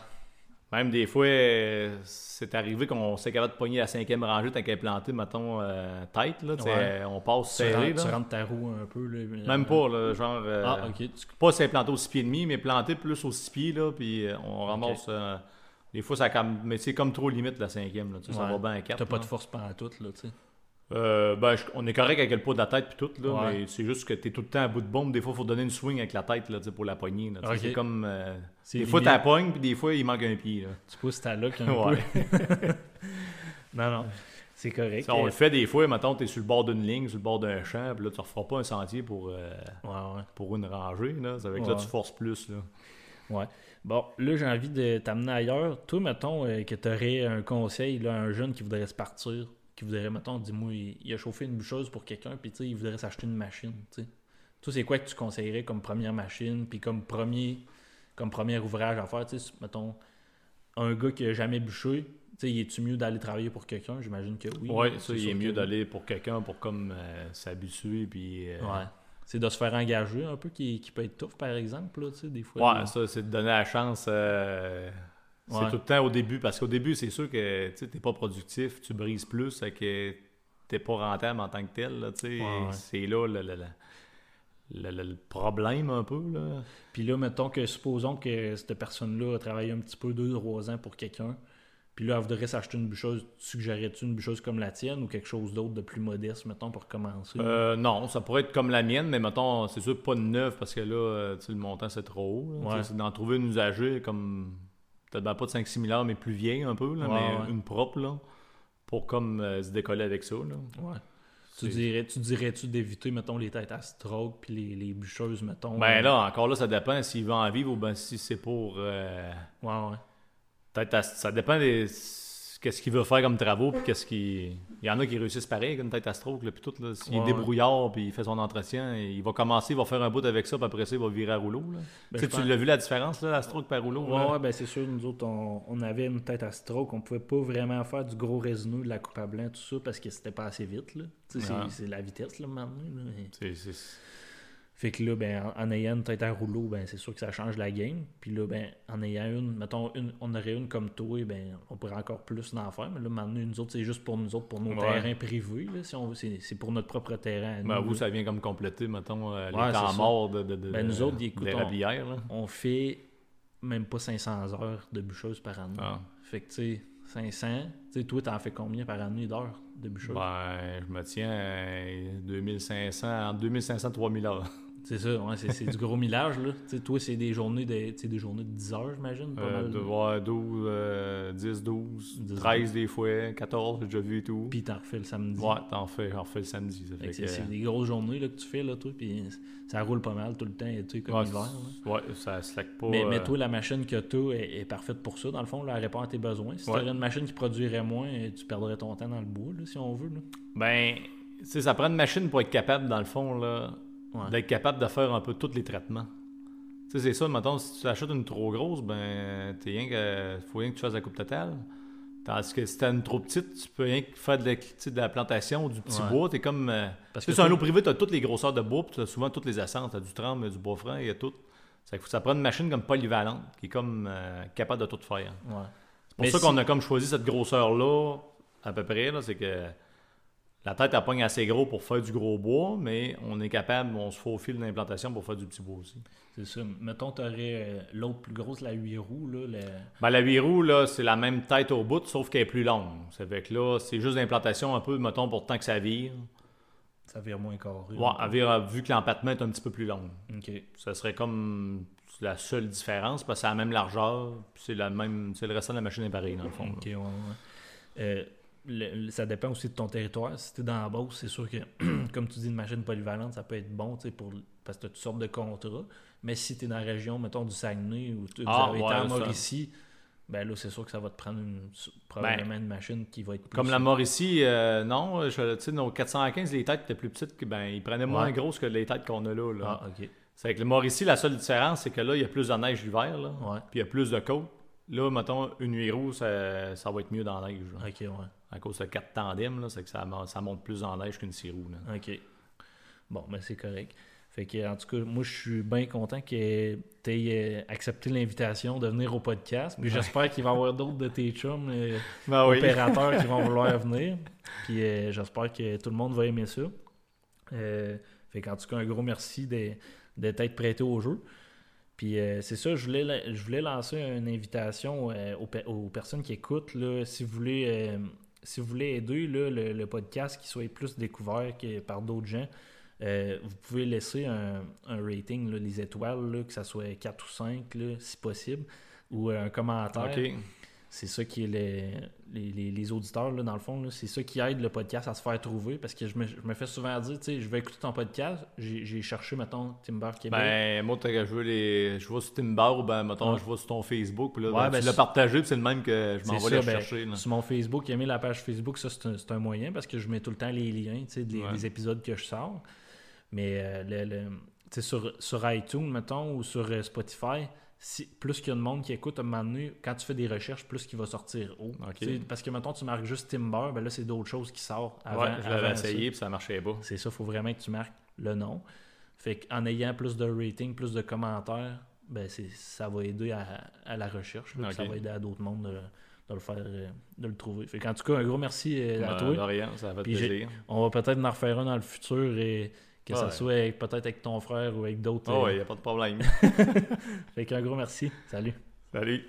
Speaker 2: Même des fois, euh, c'est arrivé qu'on s'est capable de pogner la cinquième rangée tant qu'elle est plantée, mettons, euh, tête, là. tu sais,
Speaker 1: Ouais.
Speaker 2: On passe
Speaker 1: Tu,
Speaker 2: serré,
Speaker 1: rentres, tu
Speaker 2: là.
Speaker 1: rentres ta roue un peu, là.
Speaker 2: Même pas, là, genre. euh,
Speaker 1: Ah, ok. Tu-
Speaker 2: Pas si elle est plantée au 6 pieds et demi, mais plantée plus au 6 pieds, là, puis euh, on ramasse. euh, des fois, ça comme. Mais c'est comme trop limite la cinquième, là. tu sais, Ça
Speaker 1: Ouais.
Speaker 2: va bien à 4.
Speaker 1: T'as pas de force pendant tout, là, tu sais.
Speaker 2: Euh, ben, je- on est correct avec le poids de la tête puis tout, là,
Speaker 1: Ouais.
Speaker 2: mais c'est juste que t'es tout le temps à bout de bombe. Des fois, il faut donner une swing avec la tête là, tu sais, pour la poignée. là, tu sais.
Speaker 1: Ok.
Speaker 2: C'est comme. euh,
Speaker 1: C'est
Speaker 2: des fois,
Speaker 1: limite.
Speaker 2: t'as la pogne, puis des fois, il manque un pied. là.
Speaker 1: Tu pousses ta loque un
Speaker 2: Ouais.
Speaker 1: peu. non, non. C'est correct. Euh,
Speaker 2: Ça, on le fait des fois, mettons, t'es sur le bord d'une ligne, sur le bord d'un champ, puis là, tu referas pas un sentier pour, euh,
Speaker 1: Ouais,
Speaker 2: pour une rangée. Là. Ça fait que là,
Speaker 1: Ouais.
Speaker 2: tu forces plus. Là.
Speaker 1: ouais. ouais. Bon, là, j'ai envie de t'amener ailleurs. Toi, mettons, euh, que tu aurais un conseil là, à un jeune qui voudrait se partir, qui voudrait, mettons, dis-moi, il, il a chauffé une boucheuse pour quelqu'un, puis tu sais, il voudrait s'acheter une machine, tu sais. Toi, c'est quoi que tu conseillerais comme première machine, puis comme premier, comme premier ouvrage à faire, tu sais, mettons, un gars qui a jamais bûché, tu sais, il est-tu mieux d'aller travailler pour quelqu'un? J'imagine que oui.
Speaker 2: ouais,
Speaker 1: là,
Speaker 2: ça,
Speaker 1: c'est
Speaker 2: il
Speaker 1: sûr
Speaker 2: est mieux
Speaker 1: que-
Speaker 2: d'aller pour quelqu'un pour comme euh, s'habituer. Puis, euh,
Speaker 1: Ouais. C'est de se faire engager un peu qui, qui peut être tough, par exemple, là, tu sais, des fois.
Speaker 2: Ouais,
Speaker 1: là.
Speaker 2: ça, c'est de donner la chance. euh, C'est
Speaker 1: Ouais.
Speaker 2: tout le temps au début, parce qu'au début, c'est sûr que tu n'es pas productif, tu brises plus, fait que t'es pas rentable en tant que tel. là, tu sais.
Speaker 1: Ouais, ouais.
Speaker 2: C'est là le, le- le- le- le problème un peu. Là.
Speaker 1: Puis là, mettons que, supposons que cette personne-là a travaillé un petit peu, deux, trois ans pour quelqu'un, puis là, elle voudrait s'acheter une bûcheuse, suggérerais-tu une bûcheuse comme la tienne ou quelque chose d'autre de plus modeste, mettons, pour commencer?
Speaker 2: Euh, non, ça pourrait être comme la mienne, mais mettons, c'est sûr pas de neuf parce que là, euh, tu sais, le montant c'est trop haut. là.
Speaker 1: Ouais.
Speaker 2: Tu sais, C'est d'en trouver une usagée comme peut-être ben, pas de 5-6 000 heures, mais plus vieille un peu, là,
Speaker 1: Ouais,
Speaker 2: mais
Speaker 1: ouais.
Speaker 2: une propre là, pour comme euh, se décoller avec ça. là.
Speaker 1: Ouais. Tu
Speaker 2: c'est-
Speaker 1: dirais, tu dirais-tu d'éviter, mettons, les têtes à stroke puis les, les bûcheuses, mettons? euh,
Speaker 2: Ben là, encore là, ça dépend s'il veut en vivre ou ben si c'est pour. euh,
Speaker 1: Ouais, ouais.
Speaker 2: Peut-être à- ça dépend des qu'est-ce qu'il veut faire comme travaux puis qu'est-ce qu'il il y en a qui réussissent pareil avec une tête à stroke là, puis tout là, s'il
Speaker 1: Ouais,
Speaker 2: est débrouillard puis il fait son entretien, il va commencer, il va faire un bout avec ça puis après ça il va virer à rouleau là.
Speaker 1: Ben,
Speaker 2: tu sais,
Speaker 1: je
Speaker 2: tu
Speaker 1: pense-
Speaker 2: l'as vu la différence là, à stroke par rouleau.
Speaker 1: Ouais,
Speaker 2: là?
Speaker 1: ouais, ben c'est sûr, nous autres, on, on avait une tête à stroke, on pouvait pas vraiment faire du gros résineux, de la coupe à blanc, tout ça, parce que c'était pas assez vite, là. Tu sais, c'est-
Speaker 2: Ouais.
Speaker 1: c'est la vitesse, là, maintenant. là, mais-
Speaker 2: C'est- c'est-
Speaker 1: Fait que là, ben, en, en ayant une tête à rouleau, ben, c'est sûr que ça change la game. Puis là, ben, en ayant une, mettons, une, on aurait une comme toi, ben, on pourrait encore plus en faire. Mais là, maintenant, nous autres, c'est juste pour nous autres, pour nos
Speaker 2: Ouais.
Speaker 1: terrains privés, là, si on veut. C'est c'est pour notre propre terrain. à
Speaker 2: ben,
Speaker 1: nous,
Speaker 2: vous,
Speaker 1: là.
Speaker 2: ça vient comme compléter, mettons, euh,
Speaker 1: Ouais,
Speaker 2: les
Speaker 1: c'est
Speaker 2: temps
Speaker 1: ça.
Speaker 2: morts de, de, de-
Speaker 1: Ben, nous
Speaker 2: de-
Speaker 1: autres, écoute,
Speaker 2: des
Speaker 1: on-
Speaker 2: rabières, là.
Speaker 1: On fait même pas 500 heures de bûcheuse par année.
Speaker 2: Ah.
Speaker 1: Fait que, tu sais, 500, tu sais, toi, t'en fais combien par année d'heures de bûcheuse?
Speaker 2: Ben, je me tiens euh, à 2500, entre 2500 et 3000 heures.
Speaker 1: C'est ça, ouais, c'est, c'est du gros millage. Là. Tu sais, toi, c'est des journées de, tu sais, des journées de 10 heures, j'imagine. Pas
Speaker 2: Euh,
Speaker 1: mal.
Speaker 2: de voir 12, euh, 10, 12, 13 des fois, 14, j'ai déjà vu et tout.
Speaker 1: Puis t'en refais le samedi.
Speaker 2: ouais, t'en fais, j'en refais le samedi. Ça fait
Speaker 1: Fait que
Speaker 2: que-
Speaker 1: c'est,
Speaker 2: euh,
Speaker 1: c'est des grosses journées là, que tu fais, là, toi, puis ça roule pas mal tout le temps, tu sais, comme
Speaker 2: ouais,
Speaker 1: l'hiver. là.
Speaker 2: c'est- ouais, ça slack pas.
Speaker 1: Mais,
Speaker 2: euh,
Speaker 1: mais toi, la machine que tu est, est parfaite pour ça, dans le fond, là, elle répond à tes besoins. Si
Speaker 2: Ouais.
Speaker 1: tu une machine qui produirait moins, euh, tu perdrais ton temps dans le bois, là, si on veut. là.
Speaker 2: Ben, tu sais, ça prend une machine pour être capable, dans le fond, là,
Speaker 1: Ouais.
Speaker 2: d'être capable de faire un peu tous les traitements. Tu sais, c'est ça, mettons, si tu achètes une trop grosse, ben, t'es rien que, faut rien que tu fasses la coupe totale. Tandis que si t'as une trop petite, tu peux rien que faire de la, tu sais, de la plantation, du petit
Speaker 1: Ouais.
Speaker 2: bois, t'es comme. euh,
Speaker 1: Parce que
Speaker 2: tu sais, sur un
Speaker 1: toi-
Speaker 2: lot privé, t'as toutes les grosseurs de bois, puis t'as souvent toutes les essences. T'as du tremble, du bois franc, il y a tout. Ça, fait que ça prend une machine comme polyvalente, qui est comme euh, capable de tout faire.
Speaker 1: Ouais.
Speaker 2: C'est pour
Speaker 1: Mais
Speaker 2: ça
Speaker 1: si-
Speaker 2: qu'on a comme choisi cette grosseur-là, à peu près, là, c'est que la tête elle pogne assez gros pour faire du gros bois, mais on est capable, on se faufile dans l'implantation pour faire du petit bois aussi.
Speaker 1: C'est ça. Mettons, tu aurais l'autre plus grosse, la 8 roues. Là, le-
Speaker 2: Ben, la 8 roues, là, c'est la même tête au bout, sauf qu'elle est plus longue. Ça fait que là, c'est juste l'implantation un peu, mettons, pour le temps que ça vire.
Speaker 1: Ça vire moins carré.
Speaker 2: Ouais, elle vire, euh, vu que l'empattement est un petit peu plus long.
Speaker 1: OK.
Speaker 2: Ça serait comme la seule différence, parce que c'est la même largeur, puis c'est la même. C'est le restant de la machine est pareil, dans le fond. là.
Speaker 1: OK, ouais, ouais, ouais. Euh, le- le- ça dépend aussi de ton territoire. Si t'es dans la Beauce, c'est sûr que, comme tu dis, une machine polyvalente, ça peut être bon, tu sais, pour, parce que t'as toutes sortes de contrats. Mais si t'es dans la région, mettons, du Saguenay ou tu
Speaker 2: Ah,
Speaker 1: avez
Speaker 2: ouais,
Speaker 1: été en
Speaker 2: ça.
Speaker 1: Mauricie, ben là, c'est sûr que ça va te prendre une- probablement une machine qui va être plus...
Speaker 2: Ben, Comme la mort ici, euh, non, je- tu sais, nos 415, les têtes étaient plus petites, que, ben, ils prenaient moins
Speaker 1: Ouais.
Speaker 2: grosses que les têtes qu'on a là. là.
Speaker 1: Ah, OK.
Speaker 2: C'est que le mort ici, la seule différence, c'est que là, il y a plus de neige l'hiver, là,
Speaker 1: Ouais.
Speaker 2: puis il y a plus de côtes. Là, mettons, une nuit rouge, ça, ça va être mieux dans la neige. là.
Speaker 1: OK, ouais.
Speaker 2: À cause de quatre tandems, là, c'est que ça, mon- ça monte plus en neige qu'une six roues. là.
Speaker 1: OK. Bon, mais c'est correct. Fait que, en tout cas, moi, je suis bien content que tu aies accepté l'invitation de venir au podcast. Puis j'espère qu'il va y avoir d'autres de tes chums euh,
Speaker 2: Ben oui.
Speaker 1: opérateurs qui vont vouloir venir. Puis euh, j'espère que tout le monde va aimer ça. Euh, fait qu'en tout cas, un gros merci de, de t'être prêté au jeu. Puis euh, c'est ça, je voulais, la- je voulais lancer une invitation euh, aux, pe- aux personnes qui écoutent. là, si, vous voulez, euh, si vous voulez aider là, le, le podcast qui soit plus découvert que par d'autres gens, euh, vous pouvez laisser un, un rating, là, les étoiles, là, que ça soit 4 ou 5, là, si possible, ou euh, un commentaire.
Speaker 2: OK.
Speaker 1: C'est ça qui est le- les, les- les auditeurs, là, dans le fond. là, C'est ça qui aide le podcast à se faire trouver. Parce que je me, je me fais souvent dire, tu sais, je vais écouter ton podcast. J'ai j'ai cherché, mettons, Timber Québec.
Speaker 2: Ben, moi, t'as- je vois, les... je vois sur Timber, ou ben, mettons,
Speaker 1: Ouais.
Speaker 2: je vois sur ton Facebook, puis là,
Speaker 1: Ouais,
Speaker 2: ben,
Speaker 1: ben,
Speaker 2: tu l'as
Speaker 1: c'est-
Speaker 2: partagé, puis c'est le même que je
Speaker 1: C'est
Speaker 2: m'en vais
Speaker 1: ça,
Speaker 2: aller
Speaker 1: ben,
Speaker 2: chercher. là.
Speaker 1: sur mon Facebook, aimer la page Facebook, ça, c'est un, c'est un moyen parce que je mets tout le temps les liens, tu sais, des,
Speaker 2: Ouais.
Speaker 1: des épisodes que je sors. Mais euh, le- le- tu sais, sur, sur iTunes, mettons, ou sur euh, Spotify, si, plus qu'il y a de monde qui écoute à un moment donné, quand tu fais des recherches, plus qu'il va sortir haut.
Speaker 2: Ok.
Speaker 1: Tu sais, Parce que, mettons, tu marques juste Timber, ben là, c'est d'autres choses qui sortent avant.
Speaker 2: ouais, je l'avais
Speaker 1: avant ça.
Speaker 2: essayé, puis ça marchait pas.
Speaker 1: C'est ça, il faut vraiment que tu marques le nom. Fait qu'en ayant plus de ratings, plus de commentaires, ben c'est, ça va aider à, à la recherche. là, puis Ça
Speaker 2: Ok.
Speaker 1: va aider à d'autres mondes de, de le faire, euh, de le trouver. Fait qu'en tout cas, un gros merci euh, à
Speaker 2: Ben,
Speaker 1: toi.
Speaker 2: de rien, ça fait
Speaker 1: Puis j'ai-
Speaker 2: plaisir.
Speaker 1: On va peut-être en refaire un dans le futur et que ça
Speaker 2: Ouais.
Speaker 1: soit avec- peut-être avec ton frère ou avec d'autres.
Speaker 2: Oh,
Speaker 1: euh,
Speaker 2: il n'y a pas de problème.
Speaker 1: Fait qu'un gros merci. Salut.
Speaker 2: Salut.